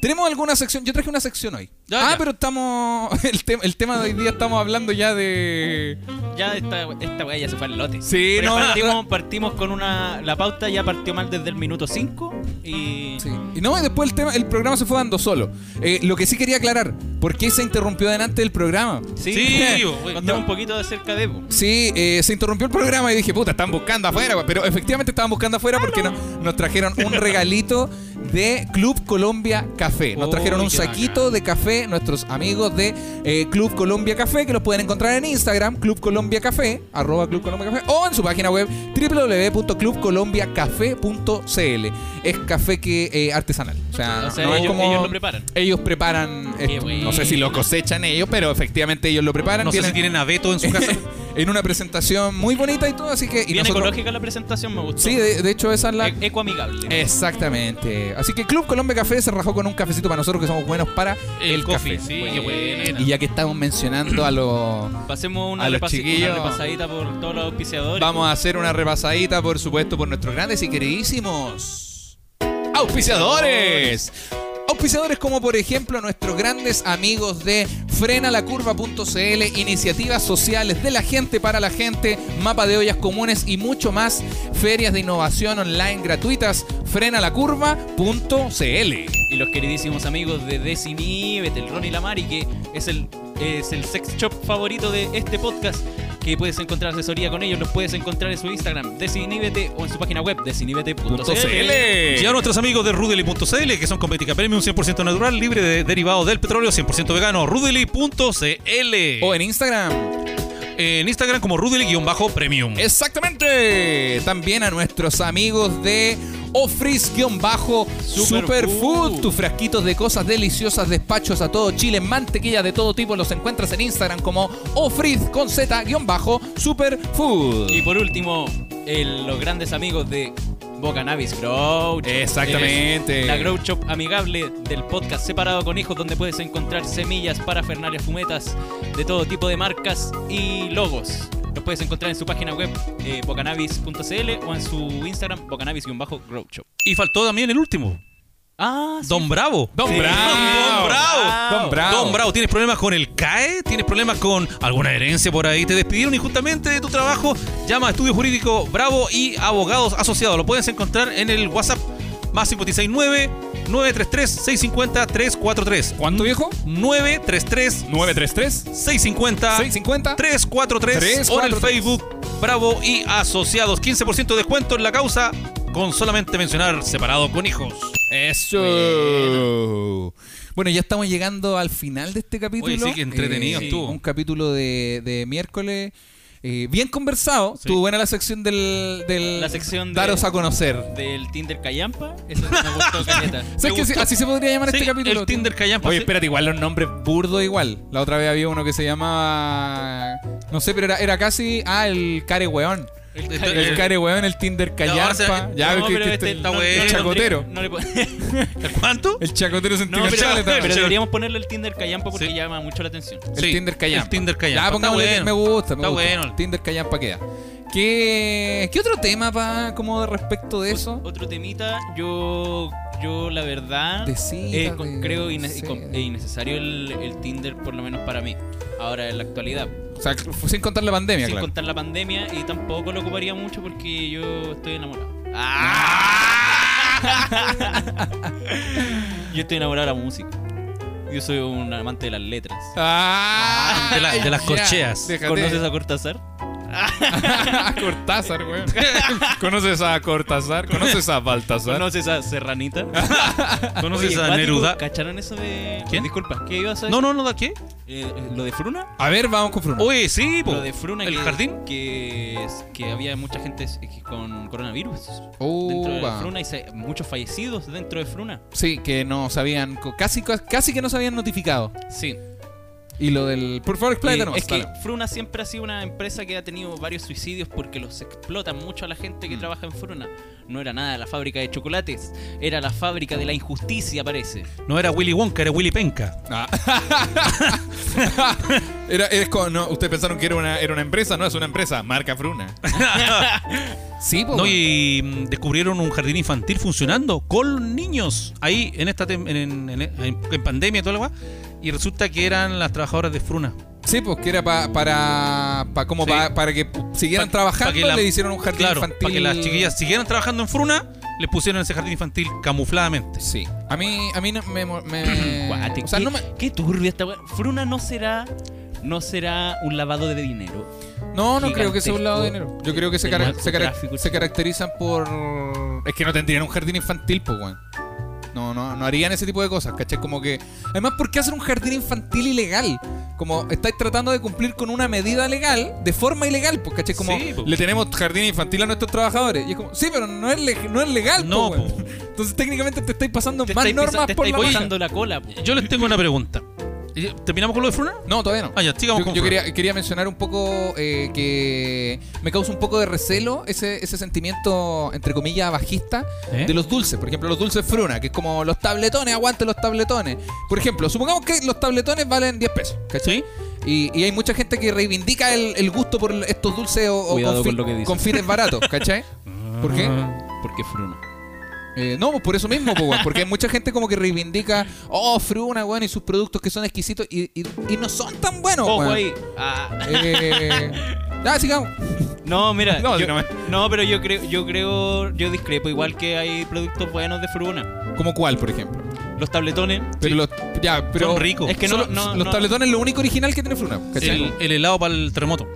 Tenemos alguna sección. Yo traje una sección hoy. Ya, ah, ya. pero estamos. [LAUGHS] El, tema el tema de hoy día estamos hablando ya de. Ya esta, esta weá ya se fue al lote. Sí, Pero no, partimos, partimos con una. La pauta ya partió mal desde el minuto 5 y. Sí. Y no, y después el tema, el programa se fue dando solo. Eh, lo que sí quería aclarar, ¿por qué se interrumpió delante del programa? Sí, [LAUGHS] Sí, contemos bueno, un poquito acerca de Evo. Sí, eh, se interrumpió el programa y dije, puta, están buscando afuera, güey. pero efectivamente estaban buscando afuera porque no- nos trajeron [LAUGHS] un regalito de Club Colombia Café. Oh, Nos trajeron Uy, un qué saquito de café, nuestros amigos de eh, Club Colombia Café, que los pueden encontrar en Instagram, Club Colombia Café, arroba Club Colombia Café, o en su página web www.clubcolombiacafé.cl. Es café que eh, artesanal. O sea, O sea, no es ellos- como- ellos lo preparan. Ellos preparan Qué esto. No sé si lo bueno. cosechan ellos, pero efectivamente ellos lo preparan. No sé Tienen- si tienen abeto en su [LAUGHS] casa. en una presentación muy bonita y todo, así que... Y Bien nosotros- ecológica la presentación, me gustó. Sí, de, de hecho esa es la... Eh, Eh, E- ecoamigable. Exactamente. Así que Club Colombia Café se rajó con un cafecito para nosotros que somos buenos para el, El coffee, café. sí, Buena. qué buena. Y ya que estamos mencionando a los... Pasemos una, A los repasi- una chiquillos. repasadita por todos los auspiciadores. Vamos a hacer una repasadita, por supuesto, por nuestros grandes y queridísimos auspiciadores. Auspiciadores como por ejemplo nuestros grandes amigos de frenalacurva.cl, iniciativas sociales de la gente para la gente, mapa de ollas comunes y mucho más, ferias de innovación online gratuitas, frenalacurva.cl. Y los queridísimos amigos de Decimi, Betelron y la Mari, que es el, es el sex shop favorito de este podcast, que puedes encontrar asesoría con ellos, los puedes encontrar en su Instagram, Desinibete, o en su página web, desinibete.cl. Y a nuestros amigos de Rudely.cl, que son cosmética premium 100% natural, libre de derivados del petróleo 100% vegano. Rudely.cl. O en Instagram, en Instagram como Rudely-premium. Exactamente. También a nuestros amigos de Ofris-Superfood. Tus frasquitos de cosas deliciosas, despachos a todo Chile, mantequilla de todo tipo. Los encuentras en Instagram como Ofris con Z-Superfood. Y por último, el- los grandes amigos de Bocanabis Grow. Shop. Exactamente. Es La Grow Shop amigable del podcast Separado con Hijos, donde puedes encontrar semillas, parafernales, fumetas de todo tipo de marcas y logos. Los puedes encontrar en su página web eh, bocanabis.cl o en su Instagram bocanabis-grow shop. Y faltó también el último, Ah, Don Bravo. Don Sí. Don Bravo. Don Bravo. Don Bravo, ¿tienes problemas con el CAE? ¿Tienes problemas con alguna herencia por ahí? ¿Te despidieron injustamente de tu trabajo? Llama a Estudio Jurídico Bravo y Abogados Asociados. Lo puedes encontrar en el WhatsApp más 569-933-650-343. ¿Cuánto viejo? 933. 933-650-343. 650. 343 o en el 343. Facebook Bravo y Asociados. 15% de descuento en la causa con solamente mencionar separado con hijos. Eso. Bueno, ya estamos llegando al final de este capítulo. Eh, Oye, sí, que entretenido estuvo. Un capítulo de, de miércoles. eh, bien conversado. Sí. Estuvo buena la sección del, del La sección de- Daros a conocer. Del Tinder Cayampa. Eso me [LAUGHS] gustó, caleta. ¿Sabes que sí- así se podría llamar Sí, este capítulo? el Tinder pues, ¿eh? Callampa. Oye, sí. espérate, igual los nombres burdo igual. La otra vez había uno que se llamaba. No sé, pero era, era casi. Ah, el care weón. El Esto- care- El care weón, el Tinder ahora se- callampa. Ya, No, que- pero que- este- el, no, no, no el le pondría- chacotero. no [LAUGHS] le pon- [LAUGHS] [LAUGHS] ¿Cuánto? el chacotero No, pero, sentimental. pero Chévere. deberíamos ponerle el Tinder Callampa porque Sí. llama mucho la atención. El Sí, Tinder callampa. El Tinder callampa. Ya, pongámosle Está que me bueno. gusta, me Está gusta. bueno. Tinder callampa queda. ¿Qué, ¿Qué otro tema va como de respecto de eso? Ot- Otro temita, yo, yo la verdad De citas, eh, con- de- creo ine- sí. con- eh, innecesario el, el Tinder, por lo menos para mí. Ahora, en la actualidad, O sea, sin contar la pandemia, sin claro. contar la pandemia, y tampoco lo ocuparía mucho porque yo [LAUGHS] estoy enamorado. Ah. Ah. yo estoy enamorado de la música. Yo soy un amante de las letras. Ah, De la- de las ya, corcheas. déjate. ¿Conoces a Cortázar? a Cortázar, weón? [LAUGHS] ¿Conoces a Cortázar? ¿Conoces a Baltasar? ¿Conoces a Serranita? ¿Conoces Oye, a cuático, Neruda? ¿Cacharon eso de.? ¿Quién? Disculpa, ¿qué ibas a decir? No, no, no, ¿de qué? Eh, ¿Lo de Fruna? A ver, vamos con Fruno. Oye, sí, po. Lo de Fruna ¿El que- jardín? Que, es- que había mucha gente s- que con coronavirus Uh, dentro de Uva. Fruna y se- muchos fallecidos dentro de Fruna. Sí, que no sabían, co- casi, co- casi que no se habían notificado. Sí. Y lo del... Por favor, Eh, explícanos. es que dale. Fruna siempre ha sido una empresa que ha tenido varios suicidios porque los explotan mucho a la gente Mm. que trabaja en Fruna. No era nada la fábrica de chocolates, era la fábrica de la injusticia, parece. No era Willy Wonka, era Willy Penca. Ah. [LAUGHS] Era- es con- no, ustedes pensaron que era una, era una empresa, no, es una empresa, [LAUGHS] marca Fruna. sí, pues. No, y mm, descubrieron un jardín infantil funcionando con niños ahí en esta tem- en, en- en- en- en pandemia y todo lo demás. Y resulta que eran las trabajadoras de Fruna. Sí, pues que era pa- para pa- como Sí. pa- para que pu- siguieran Pa- trabajando, pa' que la- le hicieron un jardín claro, infantil. Para que las chiquillas siguieran trabajando en Fruna, les pusieron ese jardín infantil camufladamente. Sí. A mí, a mí no- me. [CLEARS THROAT] mo- me- Guate, Eh, o sea, qué, no, me- qué turbia esta wea. Fruna no será, no será un lavado de dinero. no, no creo que sea un lado de gigantesco dinero. Yo creo que se, del cara- se, cara- narcotráfico. se caracterizan por. Es que no tendrían un jardín infantil, pues, weón. No, no, no harían ese tipo de cosas, ¿cachai? Como que. Además, ¿por qué hacer un jardín infantil ilegal? Como estáis tratando de cumplir con una medida legal de forma ilegal, pues, ¿cachai? Como Sí, pues. le tenemos jardín infantil a nuestros trabajadores. Y es como, sí, pero no es, le- no es legal, No, pues, weón. po. Entonces, técnicamente te estáis pasando Te más estáis normas pisa- te por la estáis mano. pisando la cola. po. Yo les tengo una pregunta. ¿Y- ¿Terminamos con lo de Fruna? No, todavía no. Ah, ya, sigamos yo, con yo Fruna. quería, quería mencionar un poco eh, que me causa un poco de recelo ese, ese sentimiento, entre comillas, bajista ¿Eh? de los dulces. Por ejemplo, los dulces fruna, que es como los tabletones, aguante los tabletones. Por ejemplo, supongamos que los tabletones valen 10 pesos, ¿cachai? Sí. Y, y hay mucha gente que reivindica el, el gusto por estos dulces o, o Cuidado confi- con lo que dices. confites baratos, [LAUGHS] ¿cachai? Ah, ¿Por qué? Ah. Porque Fruna. Eh, no, pues por eso mismo, po, weón, porque hay mucha gente como que reivindica, oh, Fruna, weón, y sus productos que son exquisitos y, y- y no son tan buenos, Ojo weón. ahí. Ah. Eh, [LAUGHS] ya, sigamos. No, mira. [LAUGHS] No, yo- dígame. no, pero yo creo, yo creo, yo discrepo. Igual que hay productos buenos de Fruna. ¿Como cuál, por ejemplo? Los tabletones. Pero los, ya, pero Son ricos. Es que solo- no, no, los no. tabletones es lo único original que tiene Fruna. ¿cachai? El, el helado para el terremoto.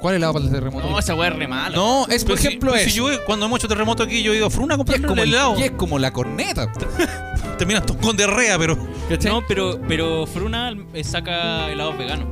¿Cuál es la para el terremoto? No, esa weá es re mala. No, es por Pero si- ejemplo pero es. si yo, eh, cuando hemos hecho terremoto aquí, yo he ido a Fruna a y, es comprar el como el- helado. y es como la corneta. Terminas tú con diarrea, pero. ¿cachai? No, pero, pero Fruna eh, saca helados veganos.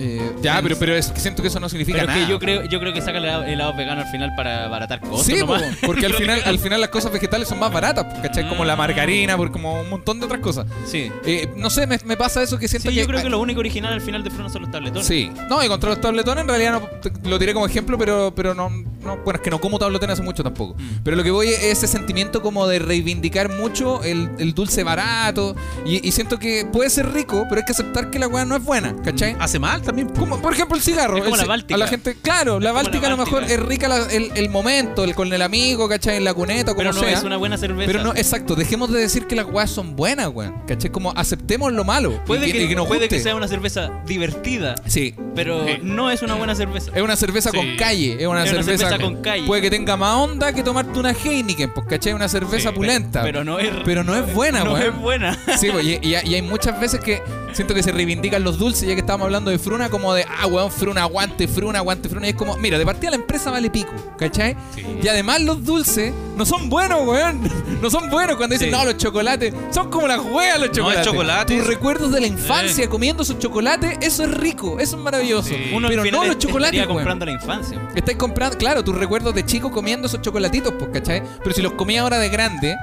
Eh, ya, pero, pero es que siento que eso no significa Pero nada. que yo creo, yo creo que saca helado- helados veganos al final para abaratar costos Sí, nomás. po, [LAUGHS] porque al final, al final las cosas vegetales son más baratas, po, ¿cachai? Como la margarina, por como un montón de otras cosas. Sí. Eh, no sé, me, me pasa eso que siento Sí, que. yo creo que lo único original al final de Fruna son los tabletones. Sí. No, y contra los tabletones en realidad no, te- lo tiré como ejemplo, pero, pero no, no- Bueno, es que no como tabletones hace mucho tampoco. Mm. Pero lo que voy es ese sentimiento como de reivindicar mucho el, el dulce barato. Y, y siento que puede ser rico, pero hay que aceptar que la weá no es buena, ¿cachai? Hace mal también. po. Como, por ejemplo, el cigarro. Mm. Ah. Es como El la ci- Báltica. A la gente, claro, la como la Báltica a lo mejor es Báltica. rica la- el, el momento, el con el amigo, ¿cachai? En la cuneta, como Pero no sea. es una buena cerveza. Pero no, exacto, dejemos de decir que las weas son buenas, weón. ¿Cachai? Como aceptemos lo malo. puede y que, y nos puede guste. que sea una cerveza divertida, Sí, pero no es una buena cerveza. Es una cerveza Sí. con calle. Es una, Es una cerveza, cerveza con calle. Puede que tenga más onda que tomarte una Heineken, pues, ¿cachai? Una cerveza pulenta. Pero no es, Pero no es buena, no weón. es buena. Sí, pues, y, y- y hay muchas veces que siento que se reivindican los dulces, ya que estábamos hablando de Fruna, como de, ah, weón, Fruna, aguante, Fruna, aguante, Fruna. Y es como, mira, de partida la empresa vale pico, ¿cachai? Y además los dulces no son buenos, weón. [LAUGHS] No son buenos cuando dicen, Sí. no, los chocolates. Son como las weas los chocolates. chocolate. Tus recuerdos de la infancia comiendo esos chocolates, eso es rico, eso es maravilloso. Uno pero al no final los estaría chocolates, weón. comprando la infancia. Estáis comprando, claro, tus recuerdos de chico comiendo esos chocolatitos, pues, ¿cachai? Pero si los comía ahora de grande,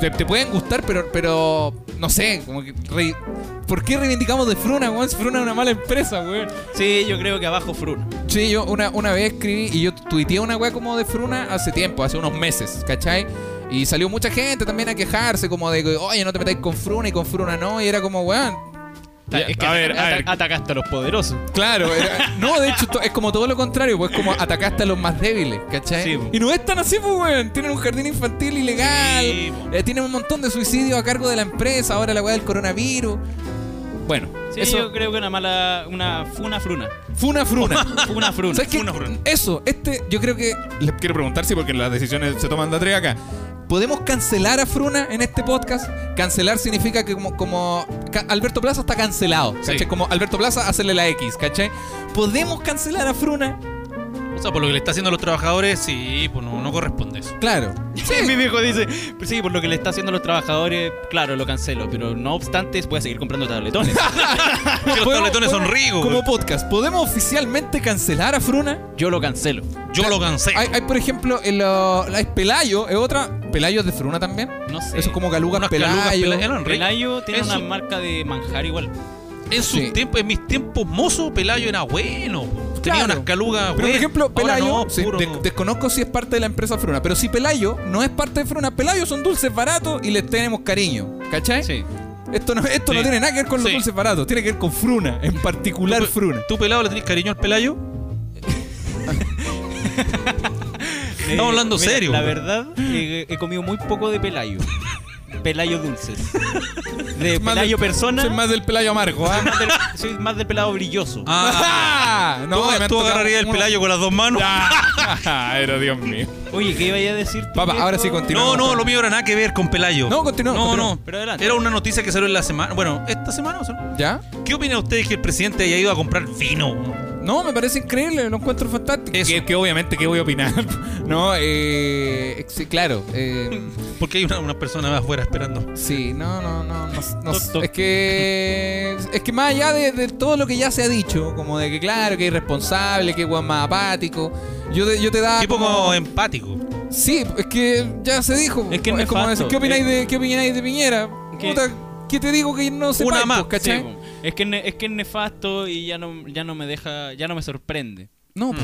te, te pueden gustar, pero, pero no sé, como que re- ¿por qué reivindicamos de Fruna, weón? Si Fruna es una mala empresa, weón. Sí, yo creo que abajo Fruna. Sí, yo una, una vez escribí y yo tuiteé una weá como de Fruna hace tiempo, hace unos meses, ¿cachai? Y salió mucha gente también a quejarse, como de, que, oye, no te metáis con Fruna y con Fruna no, y era como, weón. Ya, Es que a ver, a ata- ver. atacaste a los poderosos. Claro, era- no, de hecho, to- es como todo lo contrario, pues como atacaste a los más débiles, ¿cachai? Sí, po. y no es tan así, pues, weón. Tienen un jardín infantil ilegal, Sí, po. eh, tienen un montón de suicidios a cargo de la empresa, ahora la weá del coronavirus. Bueno, Sí, eso yo creo que una mala. Una funa fruna. Funa Fruna. Funa fruna. ¿Sabes qué? Eso, este, yo creo que Les quiero preguntar, sí, porque las decisiones se toman de a tres acá. ¿Podemos cancelar a Fruna en este podcast? Cancelar significa que como, como ca- Alberto Plaza está cancelado, ¿cachai? Como Alberto Plaza hacerle la X, ¿cachai? ¿Podemos cancelar a Fruna? O sea, por lo que le está haciendo a los trabajadores, sí, pues no, no corresponde [LAUGHS] eso. Claro. [LAUGHS] Mi viejo dice, "Pues sí, por lo que le está haciendo a los trabajadores, claro, lo cancelo, pero no obstante, voy a seguir comprando [LAUGHS] tabletones. Que los ¿Podemos- tabletones son podemos- ricos. Como güey. podcast, ¿podemos oficialmente cancelar a Fruna? Yo lo cancelo. Yo lo cancelo. Hay, hay, por ejemplo, el, uh, hay Pelayo, es otra. ¿Pelayo es de Fruna también? No sé. Eso es como Galugas Unas Pelayo. calugas pelayo, eran ricas. Pelayo tiene Eso- una marca de manjar igual. En su Sí. tiempo, en mis tiempos mozos, Pelayo era bueno. po. Tenía Claro. unas calugas, Pero por buenas. ejemplo, Pues, Ahora Pelayo, no, sí, puro- de- desconozco si es parte de la empresa Fruna, pero si Pelayo no es parte de Fruna, Pelayo son dulces baratos y les tenemos cariño, ¿cachai? Sí. Esto no, esto no Sí. tiene nada que ver con los Sí. dulces baratos, tiene que ver con Fruna, en particular ¿Tú, Fruna. ¿Tú pelado le tenés cariño al Pelayo? Estamos hablando mira, serio, La güey. verdad, eh, he comido muy poco de [LAUGHS] pelayo. Pelayo dulces. De Más pelayo del- persona. Soy más del Pelayo amargo, ¿ah? soy más del, soy más del pelado brilloso. [LAUGHS] Ah, Ah, tú, me han tú tocado agarrarías el uno- [LAUGHS] Pelayo con las dos manos. Pero Dios mío. Oye, ¿qué iba a decir tú? Papá, viejo? ahora sí continuamos. No, no, lo mío era nada que ver con Pelayo. No, continuamos, No, continuamos. no. Pero adelante. Era una noticia que salió en la semana. Bueno, esta semana. o sea, ¿Ya? ¿Qué opinan ustedes que el presidente haya ido a comprar vino? No, me parece increíble, lo encuentro fantástico. Eso. Que, que obviamente, ¿qué voy a opinar? [LAUGHS] No, eh, sí, claro. [LAUGHS] eh, Porque hay una, una persona afuera esperando. Sí, no, no, no, no, no- Toc, toc. es que es que más allá de, de todo lo que ya se ha dicho, como de que claro, que es irresponsable, que es más apático, yo te, yo te da Tipo como- como empático. sí, es que ya se dijo, Es que es como nefasto. decir, ¿qué opináis de qué opináis de Piñera? Que- Puta, ¿qué te digo que no sepáis, Una más, pues, ¿cachai? Sí, po. es que es ne- es que es nefasto y ya no, ya no me deja, ya no me sorprende. No, pues.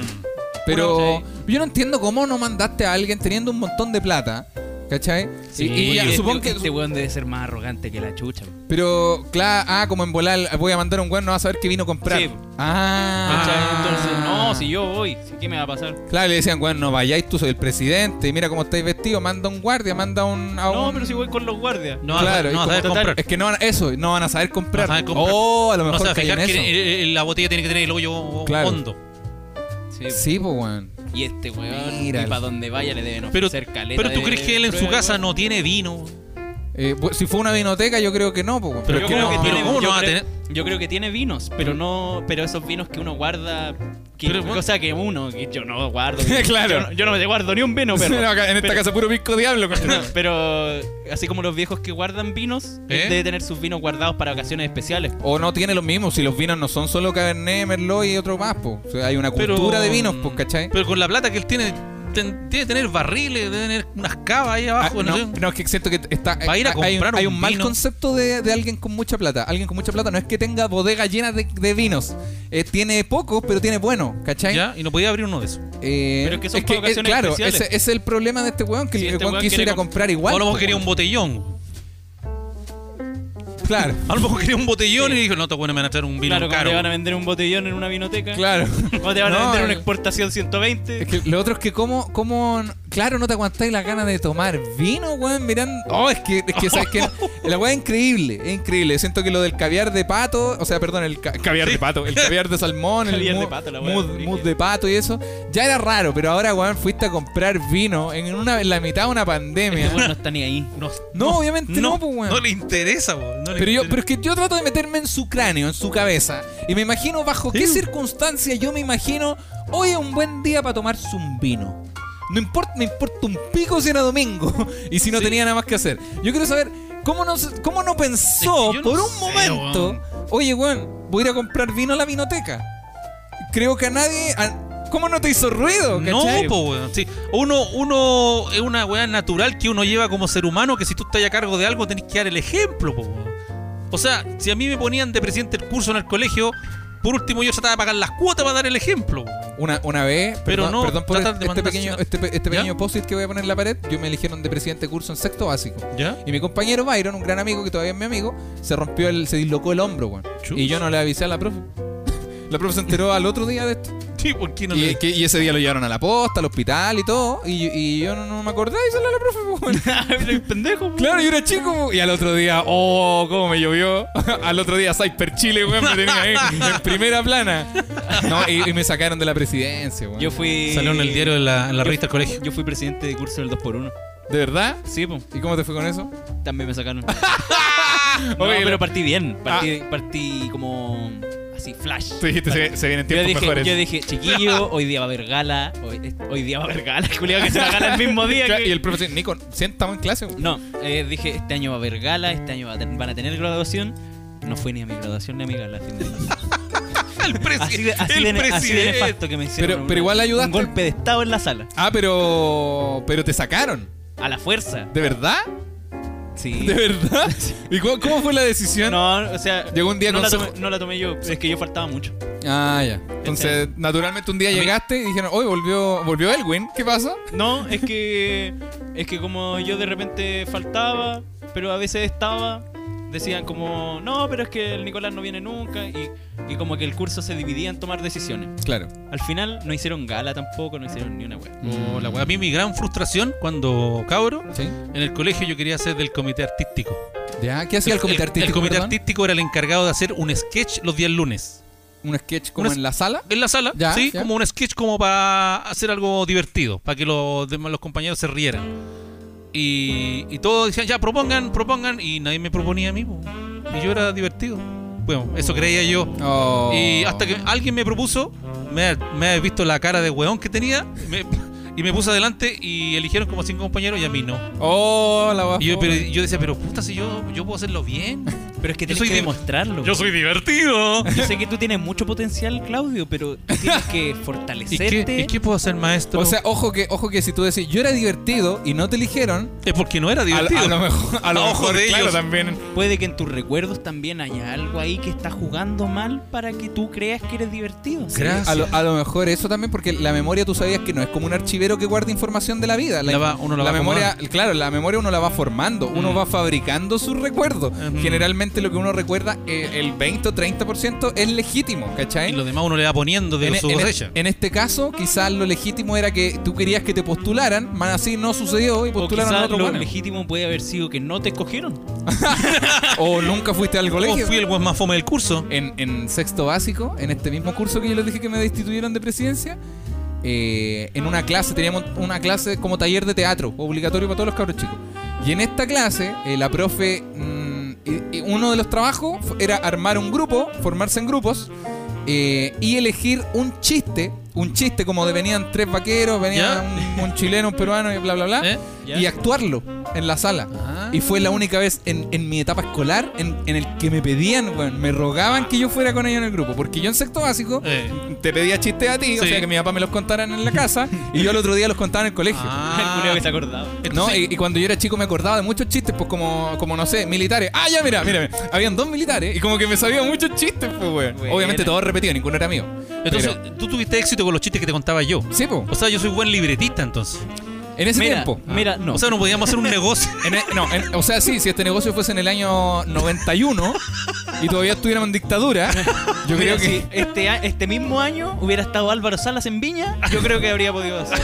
pero Mm. Una- yo no entiendo cómo no mandaste a alguien teniendo un montón de plata, ¿cachai? Y- y ya, Oye, pues, supongo este- que este weón debe ser más arrogante que la chucha. pues, pero claro, ah, como en volar, voy a mandar a un weón, no va a saber qué vino a comprar. Sí. Ah. ¿Cachai? Entonces, no, si yo voy, ¿sí? ¿qué me va a pasar? Claro, le decían, bueno, no vayáis, tú soy el presidente, y mira cómo estáis vestidos, manda un guardia, manda un... a No, un- pero si voy con los guardias. No, vas a- Claro, y no vas a saber como- comprar. Es que no van a, eso, no van a saber comprar. No saben comprar. Oh, a lo No mejor se va a cayó fijar en que eso. eh, eh, la botella tiene que tener el hoyo Claro. hondo. Sí, po. Sí, pues, weón. Y este weón, Mira. y para donde vaya le deben Pero, ofrecer caleta. pero tú de crees que él en su prueba, casa weón. no tiene vino. Eh, bu- si fue una vinoteca, yo creo que no, pues, weón. Pero yo ¿cómo? creo que Pero tiene, [LAUGHS] ¿cómo yo no va a creo- tener? yo creo que tiene vinos, pero no, pero esos vinos que uno guarda, que, Pero, o sea, que uno, que yo no guardo. Claro. Yo, no- yo no me guardo ni un [LAUGHS] vino, pero No, acá- en esta pero- casa puro pico diablo. pues, Pero así como los viejos que guardan vinos, ¿Eh? debe tener sus vinos guardados para ocasiones especiales. O no tiene los mismos, si los vinos no son solo Cabernet, Merlot y otro más, pues. O sea, hay una Pero- cultura de vinos, pues, ¿cachai? Pero con la plata que él tiene, ten- tiene que tener barriles, debe tener unas cavas ahí Ah, abajo. no no, sé. no, es que siento que está, Va a ir a hay- comprar hay, un mal vino. concepto de, de alguien con mucha plata. Alguien con mucha plata no es que tenga bodegas llenas de, de vinos. Eh, tiene pocos, pero tiene buenos, ¿cachai? Ya, y no podía abrir uno de esos. Eh, Pero es que son es para eh, ocasiones Claro, ese, especiales. ese es el problema de este weón, que Sí, el este weón weón quiso quiere ir a comp- comprar igual. a lo po, mejor quería un weón. botellón. Claro, A lo mejor quería un botellón Sí. y dijo, no, te bueno, me van a traer un vino Claro, como caro. te van a vender un botellón en una vinoteca. claro. O te van a No, vender una eh, exportación Este 120. Es que lo otro es que como, como, claro, no te aguantáis las ganas de tomar vino, weón, mirando. Oh, es que, es que, ¿sabes [LAUGHS] qué? La weá es increíble, es increíble. Siento que lo del caviar de pato, o sea, perdón, el ca- Caviar de pato. el caviar de salmón, el Caviar de mousse- pato, la weá, mousse brígido. mousse de pato y eso, ya era raro, pero ahora, weón, fuiste a comprar vino en una en la mitad de una Este pandemia. weón no está ni ahí. No, [LAUGHS] No, obviamente no, pues, weón. No le interesa, weón. no le Pero, yo, interesa. pero es que yo trato de meterme en su cráneo, en su cabeza. Y me imagino bajo qué circunstancia yo me imagino hoy es un buen día para tomarse un vino. No importa, me importa un pico si era domingo [LAUGHS] y si no tenía nada más que hacer. Yo quiero saber cómo no, se- cómo no pensó Es que yo no por un sé, momento, oye, weón, voy a ir a comprar vino a la vinoteca. Creo que a nadie, a- ¿Cómo no te hizo ruido? ¿cachai? No, po, weón. Sí. Uno, uno es una weá natural que uno lleva como ser humano, que si tú estás a cargo de algo tenés que dar el ejemplo, po, weón. O sea, si a mí me ponían de presidente el curso en el colegio, por último yo trataba de pagar las cuotas para dar el ejemplo. weón. Una, una vez, Pero perdón, no, perdón por tratar este- de este mandar pequeño, señal. este, pe- ¿Ya? este pequeño post-it que voy a poner en la pared, yo me eligieron de presidente de curso en sexto básico. ¿Ya? Y mi compañero Byron, un gran amigo que todavía es mi amigo, se rompió el, se dislocó el hombro, weón. Chus. Y yo no le avisé a la profe. [LAUGHS] La profe se enteró al otro día de esto. Sí, ¿por qué no Y, le- que- y ese día lo llevaron a la posta, al hospital y todo. Y, y yo no, no me acordé y salió la profe. po, [LAUGHS] weón. pendejo, po. claro, yo era chico. po. Y al otro día, oh, cómo me llovió. [LAUGHS] al otro día, Cyper Chile, weón, me tenía ahí en primera plana. No, y, y me sacaron de la presidencia, weón. Yo fui. Salió en [LAUGHS] el diario de la, en la revista del colegio. Yo fui presidente de curso del 2x1. ¿De verdad? Sí, pues. ¿Y cómo te fue con eso? También me sacaron. No, Oye, pero partí bien. Partí, partí como. Así, flash. Tú dijiste, se, se vienen Yo tiempos dije, mejores. yo dije, chiquillo, hoy día va a haber gala. Hoy, hoy día va a haber gala. [LAUGHS] Culiao, que se la gala el mismo día. Claro, que- y el profesor, Nico, siéntame en clase. weón. No, eh, dije, este año va a haber gala, este año va a ten- van a tener graduación. No fue ni a mi graduación ni a mi gala. al [LAUGHS] final. El, presi- Así de, así el de, ne- así de presidente. nefasto que me hicieron. Pero- pero igual ayudaste. Un golpe de estado en la sala. Ah, pero. Pero te sacaron. A la fuerza. ¿De verdad? Sí. ¿De verdad? ¿Y cómo, cómo fue la decisión? No, o sea. Llegó un día no con la, su- tomé, no la tomé yo. Es que yo faltaba mucho. Ah, ya. Entonces, naturalmente un día llegaste y dijeron, hoy volvió, volvió Elwin, ¿qué pasa? No, es que. Es que como yo de repente faltaba, pero a veces estaba. Decían como, no, pero es que el Nicolás no viene nunca. Y, y como que el curso se dividía en tomar decisiones. Claro. Al final no hicieron gala tampoco, no hicieron ni una wea. Oh, la weá. A mí mi gran frustración cuando cabro, ¿Sí? en el colegio yo quería ser del comité artístico. ¿Ya? ¿Qué hacía el comité artístico? El comité perdón? artístico era el encargado de hacer un sketch los días lunes. ¿Un sketch como Una- en la sala? En la sala, Ya, sí, ya. como un sketch como para hacer algo divertido, para que los demás- los compañeros se rieran. Y, y todos decían, ya, propongan, propongan, y nadie me proponía a mí, po. y yo era divertido. Bueno, eso creía yo. Oh. Y hasta que alguien me propuso, me, me había visto la cara de weón que tenía, me- y me puse adelante y eligieron como cinco compañeros y a mí no. Oh, la bajo. Y yo, pero yo decía, pero puta, si yo, yo puedo hacerlo bien. Pero es que Yo tienes soy que de- demostrarlo. Yo wea. soy divertido. Yo sé que tú tienes mucho potencial, Claudio, pero tienes que ¿Y fortalecerte. qué, y qué puedo hacer, maestro? O sea, ojo que, ojo que si tú decís, yo era divertido y no te eligieron, es porque no era A, divertido. a lo mejor, a lo A ojo mejor de claro, ellos. también. Puede que en tus recuerdos también haya algo ahí que está jugando mal para que tú creas que eres divertido. Gracias. a lo, a lo mejor eso también, porque la memoria tú sabías que no es como un archivero que guarda información de la vida. La, La va- uno la va memoria, claro, la memoria uno la va formando, uno Mm. va fabricando sus recuerdos. Ujú. Generalmente lo que uno recuerda, eh, el 20 o 30% es legítimo, ¿cachai? Y lo demás uno le va poniendo de ¿Eh? En, su en- cosecha. en este caso, quizás lo legítimo era que tú querías que te postularan, más así no sucedió y O postularon a quizás otro lo bueno. legítimo puede haber sido que no te escogieron. O nunca [LAUGHS] fuiste al ¿Cómo colegio. fui el buen más fome del curso? en, en sexto básico, en este mismo curso que yo les dije que me destituyeron de presidencia, eh, en una clase, teníamos una clase como taller de teatro, obligatorio para todos los cabros chicos. Y en esta clase, eh, la profe, mm, y- y uno de los trabajos fu- era armar un grupo, formarse en grupos. eh, y elegir un chiste, un chiste como de venían tres vaqueros, venía un, un chileno, un peruano y bla, bla, bla, [LAUGHS] ¿Eh? ¿Ya? y actuarlo en la sala. Ah. Y fue la única vez en, en mi etapa escolar en, en el que me pedían, weón, me rogaban que yo fuera con ellos en el grupo. Porque yo en sexto básico Eh. te pedía chistes a ti, o Sí. sea que mi papá me los contaran en la casa y yo al otro día los contaba en el colegio. Ah. [LAUGHS] El culiao que se acordaba. ¿No? entonces- Y, y cuando yo era chico me acordaba de muchos chistes, pues como, como no sé, militares. Ah, ya, mira, mira, mira. habían dos militares y como que me sabía muchos chistes, pues, weón. Buena. Obviamente todos repetidos, ninguno era mío. entonces, Pero- tú tuviste éxito con los chistes que te contaba yo. sí, pues, O sea, yo soy buen libretista entonces. en ese Mira, tiempo. Ah. mira, no. O sea, no podíamos hacer un [LAUGHS] negocio. En e- no, en- o sea, sí, si este negocio fuese en el año 91 y todavía estuviéramos en dictadura, yo Mira, creo que... si este, a- este mismo año hubiera estado Álvaro Salas en Viña, yo creo que habría podido hacer.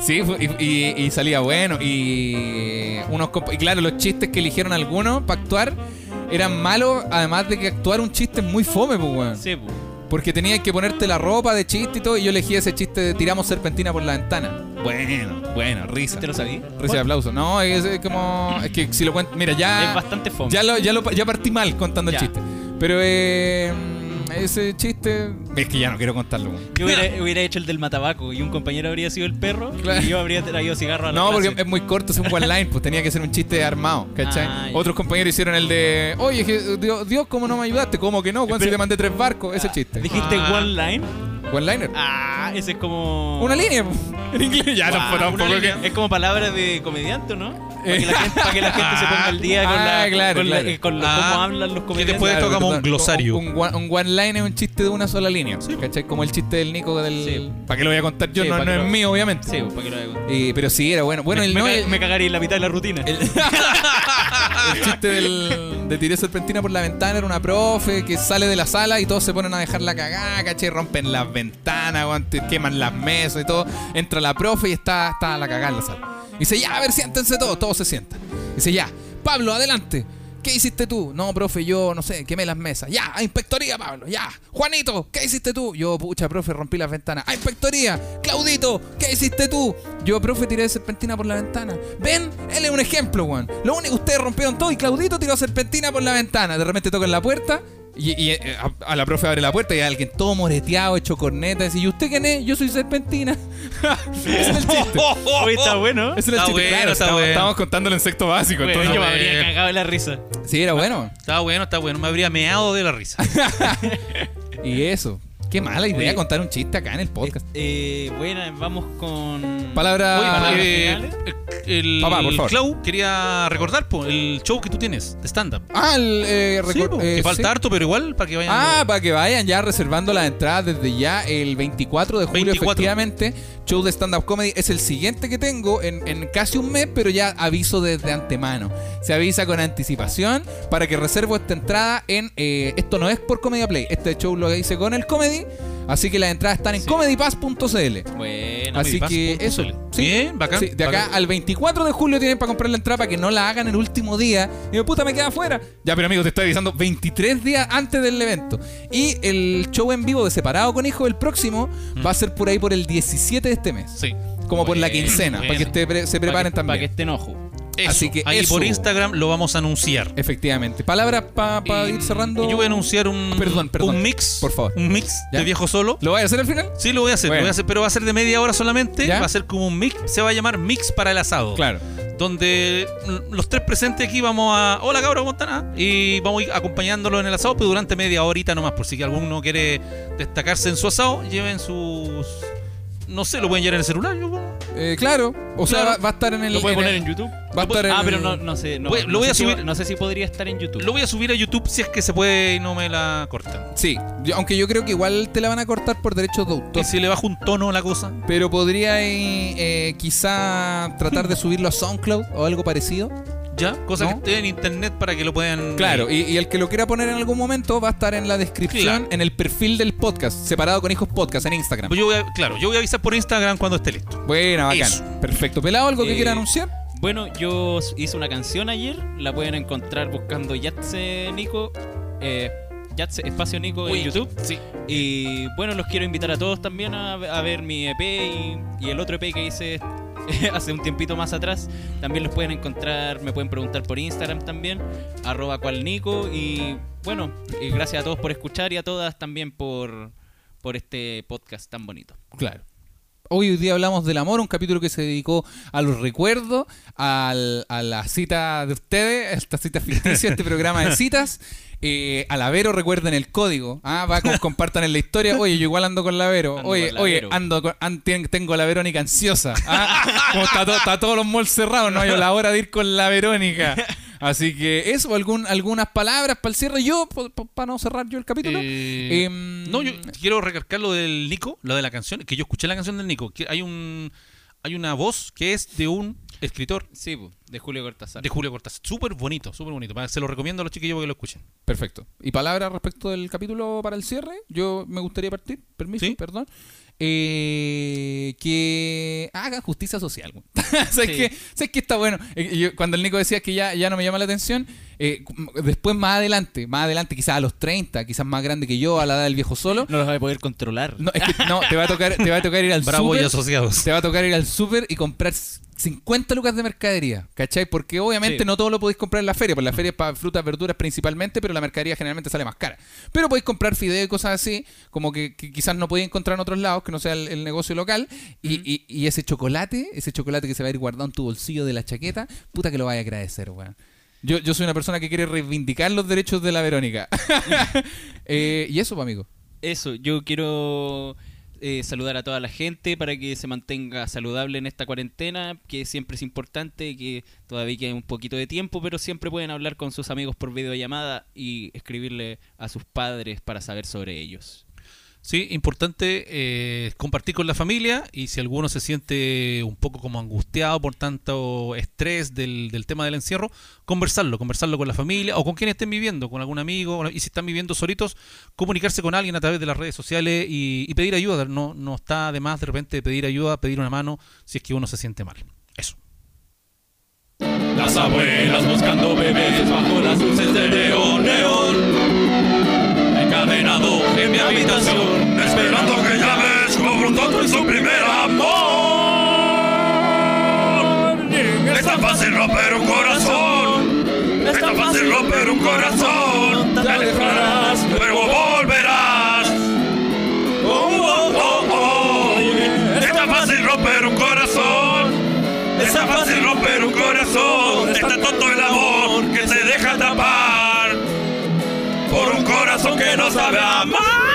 Sí, fue- y, y- y salía bueno. Y unos compa- y claro, los chistes que eligieron algunos para actuar eran malos, además de que actuar un chiste es muy fome, pues, weón. Sí, po. Porque tenías que ponerte la ropa de chiste y todo, y yo elegí ese chiste de tiramos serpentina por la ventana. Bueno, bueno, risa. ¿Te lo sabí? Risa de aplauso. No, es, es como. Es que si lo cuento. Mira, Es ya. bastante fome. Ya, lo, ya, lo- ya partí mal contando Ya. el chiste. Pero eh, mm, ese chiste. Es que ya no quiero contarlo, weón. Yo hubiera, hubiera hecho el del matabaco y un compañero habría sido el perro Claro. y yo habría traído cigarro a la No, clase. porque es muy corto, es un one line, pues tenía que ser un chiste armado, ¿cachai? Ah, ya. Otros compañeros hicieron el de, Ah, oye, Je- Dios, Dios, ¿cómo no me ayudaste? ¿Cómo que no? Juan, si te mandé tres barcos, ese chiste. ¿Dijiste Ah. one line? One-liner. Ah, ese es como. Una línea. po. En inglés ya Ah, tampoco, una tampoco línea. que. Es como palabra de comediante, ¿o ¿no? Para que la gente, para que la gente se ponga al día con, Ah, la, claro, con, la- eh, claro. con la- Ah, cómo hablan los que comediantes. después Claro, toca como un perdón, glosario. Un, one- un one-liner es un chiste de una sola línea. Sí. ¿Cachai? Como el chiste del Nico del. Sí. ¿Para qué lo voy a contar yo? Sí, no pa' no que es lo- mío, obviamente. Sí, pues, para que lo hagan. Y- pero sí, era bueno. Bueno, me, el, me no, ca- el- me cagaría en la mitad de la rutina. El, [LAUGHS] el chiste del, de tiré serpentina por la ventana era una profe que sale de la sala y todos se ponen a dejar la cagada, caché, rompen las ventanas, weón, te queman las mesas y todo. Entra la profe y está, está la cagada en la sala. Y dice, ya, a ver, siéntense todos, todos se sientan. Y dice, ya, Pablo, adelante. ¿Qué hiciste tú? No, profe, yo no sé, quemé las mesas. Ya, a inspectoría, Pablo, ya. Juanito, ¿qué hiciste tú? Yo, pucha, profe, rompí las ventanas. A inspectoría. Claudito, ¿qué hiciste tú? Yo, profe, tiré serpentina por la ventana. ¿Ven? Él es un ejemplo, weón. Lo único, ustedes rompieron todo y Claudito tiró serpentina por la ventana. De repente tocan la puerta y, y, eh, a, a la profe abre la puerta y hay alguien todo moreteado, hecho corneta. Y dice, ¿y usted quién es? Yo soy serpentina. [LAUGHS] Ese es el chiste. Oye, está bueno. oh, Ese Está era el chiste. bueno, está Claro, estaba- bueno. Estábamos contándolo en sexto básico. Bueno, entonces- yo me eh. habría cagado en la risa. Sí, era bueno. Está bueno, está bueno. Me habría meado de la risa. Y eso. Qué mala idea Oye. contar un chiste acá en el podcast. Eh, bueno, vamos con. Palabra- Oye, palabras Eh, finales. el Ah, Papá, por favor. Clau quería recordar po, el show que tú tienes de stand-up. Ah, el, eh, Sí, recor- po, que eh, sí. falta harto, eh. pero igual para que vayan. Ah, para que vayan ya reservando las entradas desde ya el 24 de julio, 24. efectivamente. Show de stand-up comedy es el siguiente que tengo en, en casi un mes, pero ya aviso desde antemano. Se avisa con anticipación para que reservo esta entrada en. eh, esto no es por Comedia Play, este show lo hice con el comedy. Así que las entradas están en Sí. comedypass.cl. Bueno, Así Comedypass que punto eso. CL. Bien, bacán, Sí, de acá bacán. al 24 de julio tienen para comprar la entrada para que no la hagan el último día. Y yo, puta, me queda afuera. Ya, pero amigo, te estoy avisando. 23 días antes del evento. Y el show en vivo de Separado con Hijo, el próximo, va a ser por ahí por el 17 de este mes. Mm. Sí. Como por la Bueno, quincena, para que bueno. te pre- para se preparen que, este Para que también. estén ojo. Eso. Así que ahí eso. por Instagram lo vamos a anunciar. Efectivamente. Palabras para Y- ir cerrando. y yo voy a anunciar un, Perdón, perdón. un mix. Por favor. Un mix Ya. de viejo solo. ¿Lo vas a hacer al final? Sí, lo voy a hacer, Bueno. lo voy a hacer, pero va a ser de media hora solamente. ¿Ya? Va a ser como un mix, se va a llamar mix para el asado. Claro. Donde mm, los tres presentes aquí vamos a. Hola, cabros, ¿cómo están? Ah, Y vamos a ir acompañándolo en el asado, pero durante media horita nomás. Por si alguno quiere destacarse en su asado, lleven sus. No sé, lo pueden llevar en el celular. yo- Eh, claro. O sea, Claro. va, va a estar en el. ¿Lo puede en el- poner en YouTube? Va a estar en Ah, el- pero no, no sé. No, Voy- lo no voy sé a si- subir- no sé si podría estar en YouTube. Lo voy a subir a YouTube si es que se puede y no me la cortan. Sí. Yo- aunque yo creo que igual te la van a cortar por derechos de autor. Y si le bajo un tono a la cosa. Pero podría eh, eh, quizá tratar de subirlo a SoundCloud o algo parecido. ¿Ya? Cosa que ¿No? esté en internet para que lo puedan. Claro, y, y el que lo quiera poner en algún momento va a estar en la descripción, Claro. en el perfil del podcast, separado con hijos podcast en Instagram. Pues yo voy a- claro, yo voy a avisar por Instagram cuando esté listo. Buena, bacán. Eso. Perfecto. Pelado, ¿algo que Eh, quiera anunciar? Bueno, yo s- hice una canción ayer. La pueden encontrar buscando Yatse Nico. Eh, Yatse Espacio Nico en YouTube. Sí. Y bueno, los quiero invitar a todos también a, a ver mi EP y, y el otro EP que hice [LAUGHS] hace un tiempito más atrás. También los pueden encontrar, me pueden preguntar por Instagram también, arroba cual Nico. Y bueno, y gracias a todos por escuchar y a todas también por, por este podcast tan bonito. Claro. Hoy día hablamos del amor, un capítulo que se dedicó a los recuerdos, al- a la cita de ustedes, esta cita ficticia, este programa de citas. Eh, a la Vero, recuerden el código. Ah, va, con- compartan en la historia. Oye, yo igual ando con la Vero. Ando oye, con la oye, Vero. ando con- an- tien- tengo a la Verónica ansiosa. Ah, como está, to- está todos los malls cerrados, no hay la hora de ir con la Verónica. Así que eso, algún, algunas palabras para el cierre. Yo, para no cerrar yo el capítulo. Eh, Em, no, yo quiero recalcar lo del Nico, lo de la canción, que yo escuché la canción del Nico, que hay un hay una voz que es de un escritor Sí, pu, de Julio Cortázar. de Julio Cortázar, súper bonito, súper bonito. Pa- Se lo recomiendo a los chiquillos que lo escuchen. Perfecto. ¿Y palabras respecto del capítulo para el cierre? Yo me gustaría partir, permiso, Sí. perdón. Eh, que haga justicia social. güey. [LAUGHS] ¿Sabes Sí. qué? ¿Sabes qué está bueno? Eh, yo- cuando el Nico decía que ya, ya no me llama la atención, eh, cu- después más adelante, más adelante, quizás a los 30, quizás más grande que yo, a la edad del viejo solo. No los voy a poder controlar. No, es que no, te va a tocar, te va a tocar ir al Bravo y súper. asociados. Te va a tocar ir al súper y comprar 50 lucas de mercadería, ¿cachai? Porque obviamente Sí. no todo lo podéis comprar en la feria, porque la feria es para frutas, verduras principalmente, pero la mercadería generalmente sale más cara. Pero podéis comprar fideos y cosas así, como que, que quizás no podéis encontrar en otros lados, que no sea el, el negocio local. Y, y- y ese chocolate, ese chocolate que se va a ir guardado en tu bolsillo de la chaqueta, puta que lo vaya a agradecer, weón. Yo, yo soy una persona que quiere reivindicar los [LAUGHS] Mm. derechos de la Verónica. Eh, y eso, pues, amigo. Eso, yo quiero eh, saludar a toda la gente para que se mantenga saludable en esta cuarentena, que siempre es importante, que todavía queda un poquito de tiempo, pero siempre pueden hablar con sus amigos por videollamada y escribirle a sus padres para saber sobre ellos. Sí, importante eh, compartir con la familia y si alguno se siente un poco como angustiado por tanto estrés del, del tema del encierro, conversarlo, conversarlo con la familia o con quien estén viviendo, con algún amigo y si están viviendo solitos, comunicarse con alguien a través de las redes sociales y, y pedir ayuda. No, no está de más de repente pedir ayuda, pedir una mano si es que uno se siente mal. Eso. Las abuelas buscando bebés bajo las luces de neón, neón. Encadenado en mi habitación, esperando que llames como pronto en su primer amor. Es tan fácil romper un corazón, es tan fácil romper un corazón. Te alejarás, pero volverás. Oh, oh, oh, oh. Es tan fácil romper un corazón. Es tan fácil romper un corazón, es tan tonto el amor que se deja atrapar por un corazón que no sabe amar.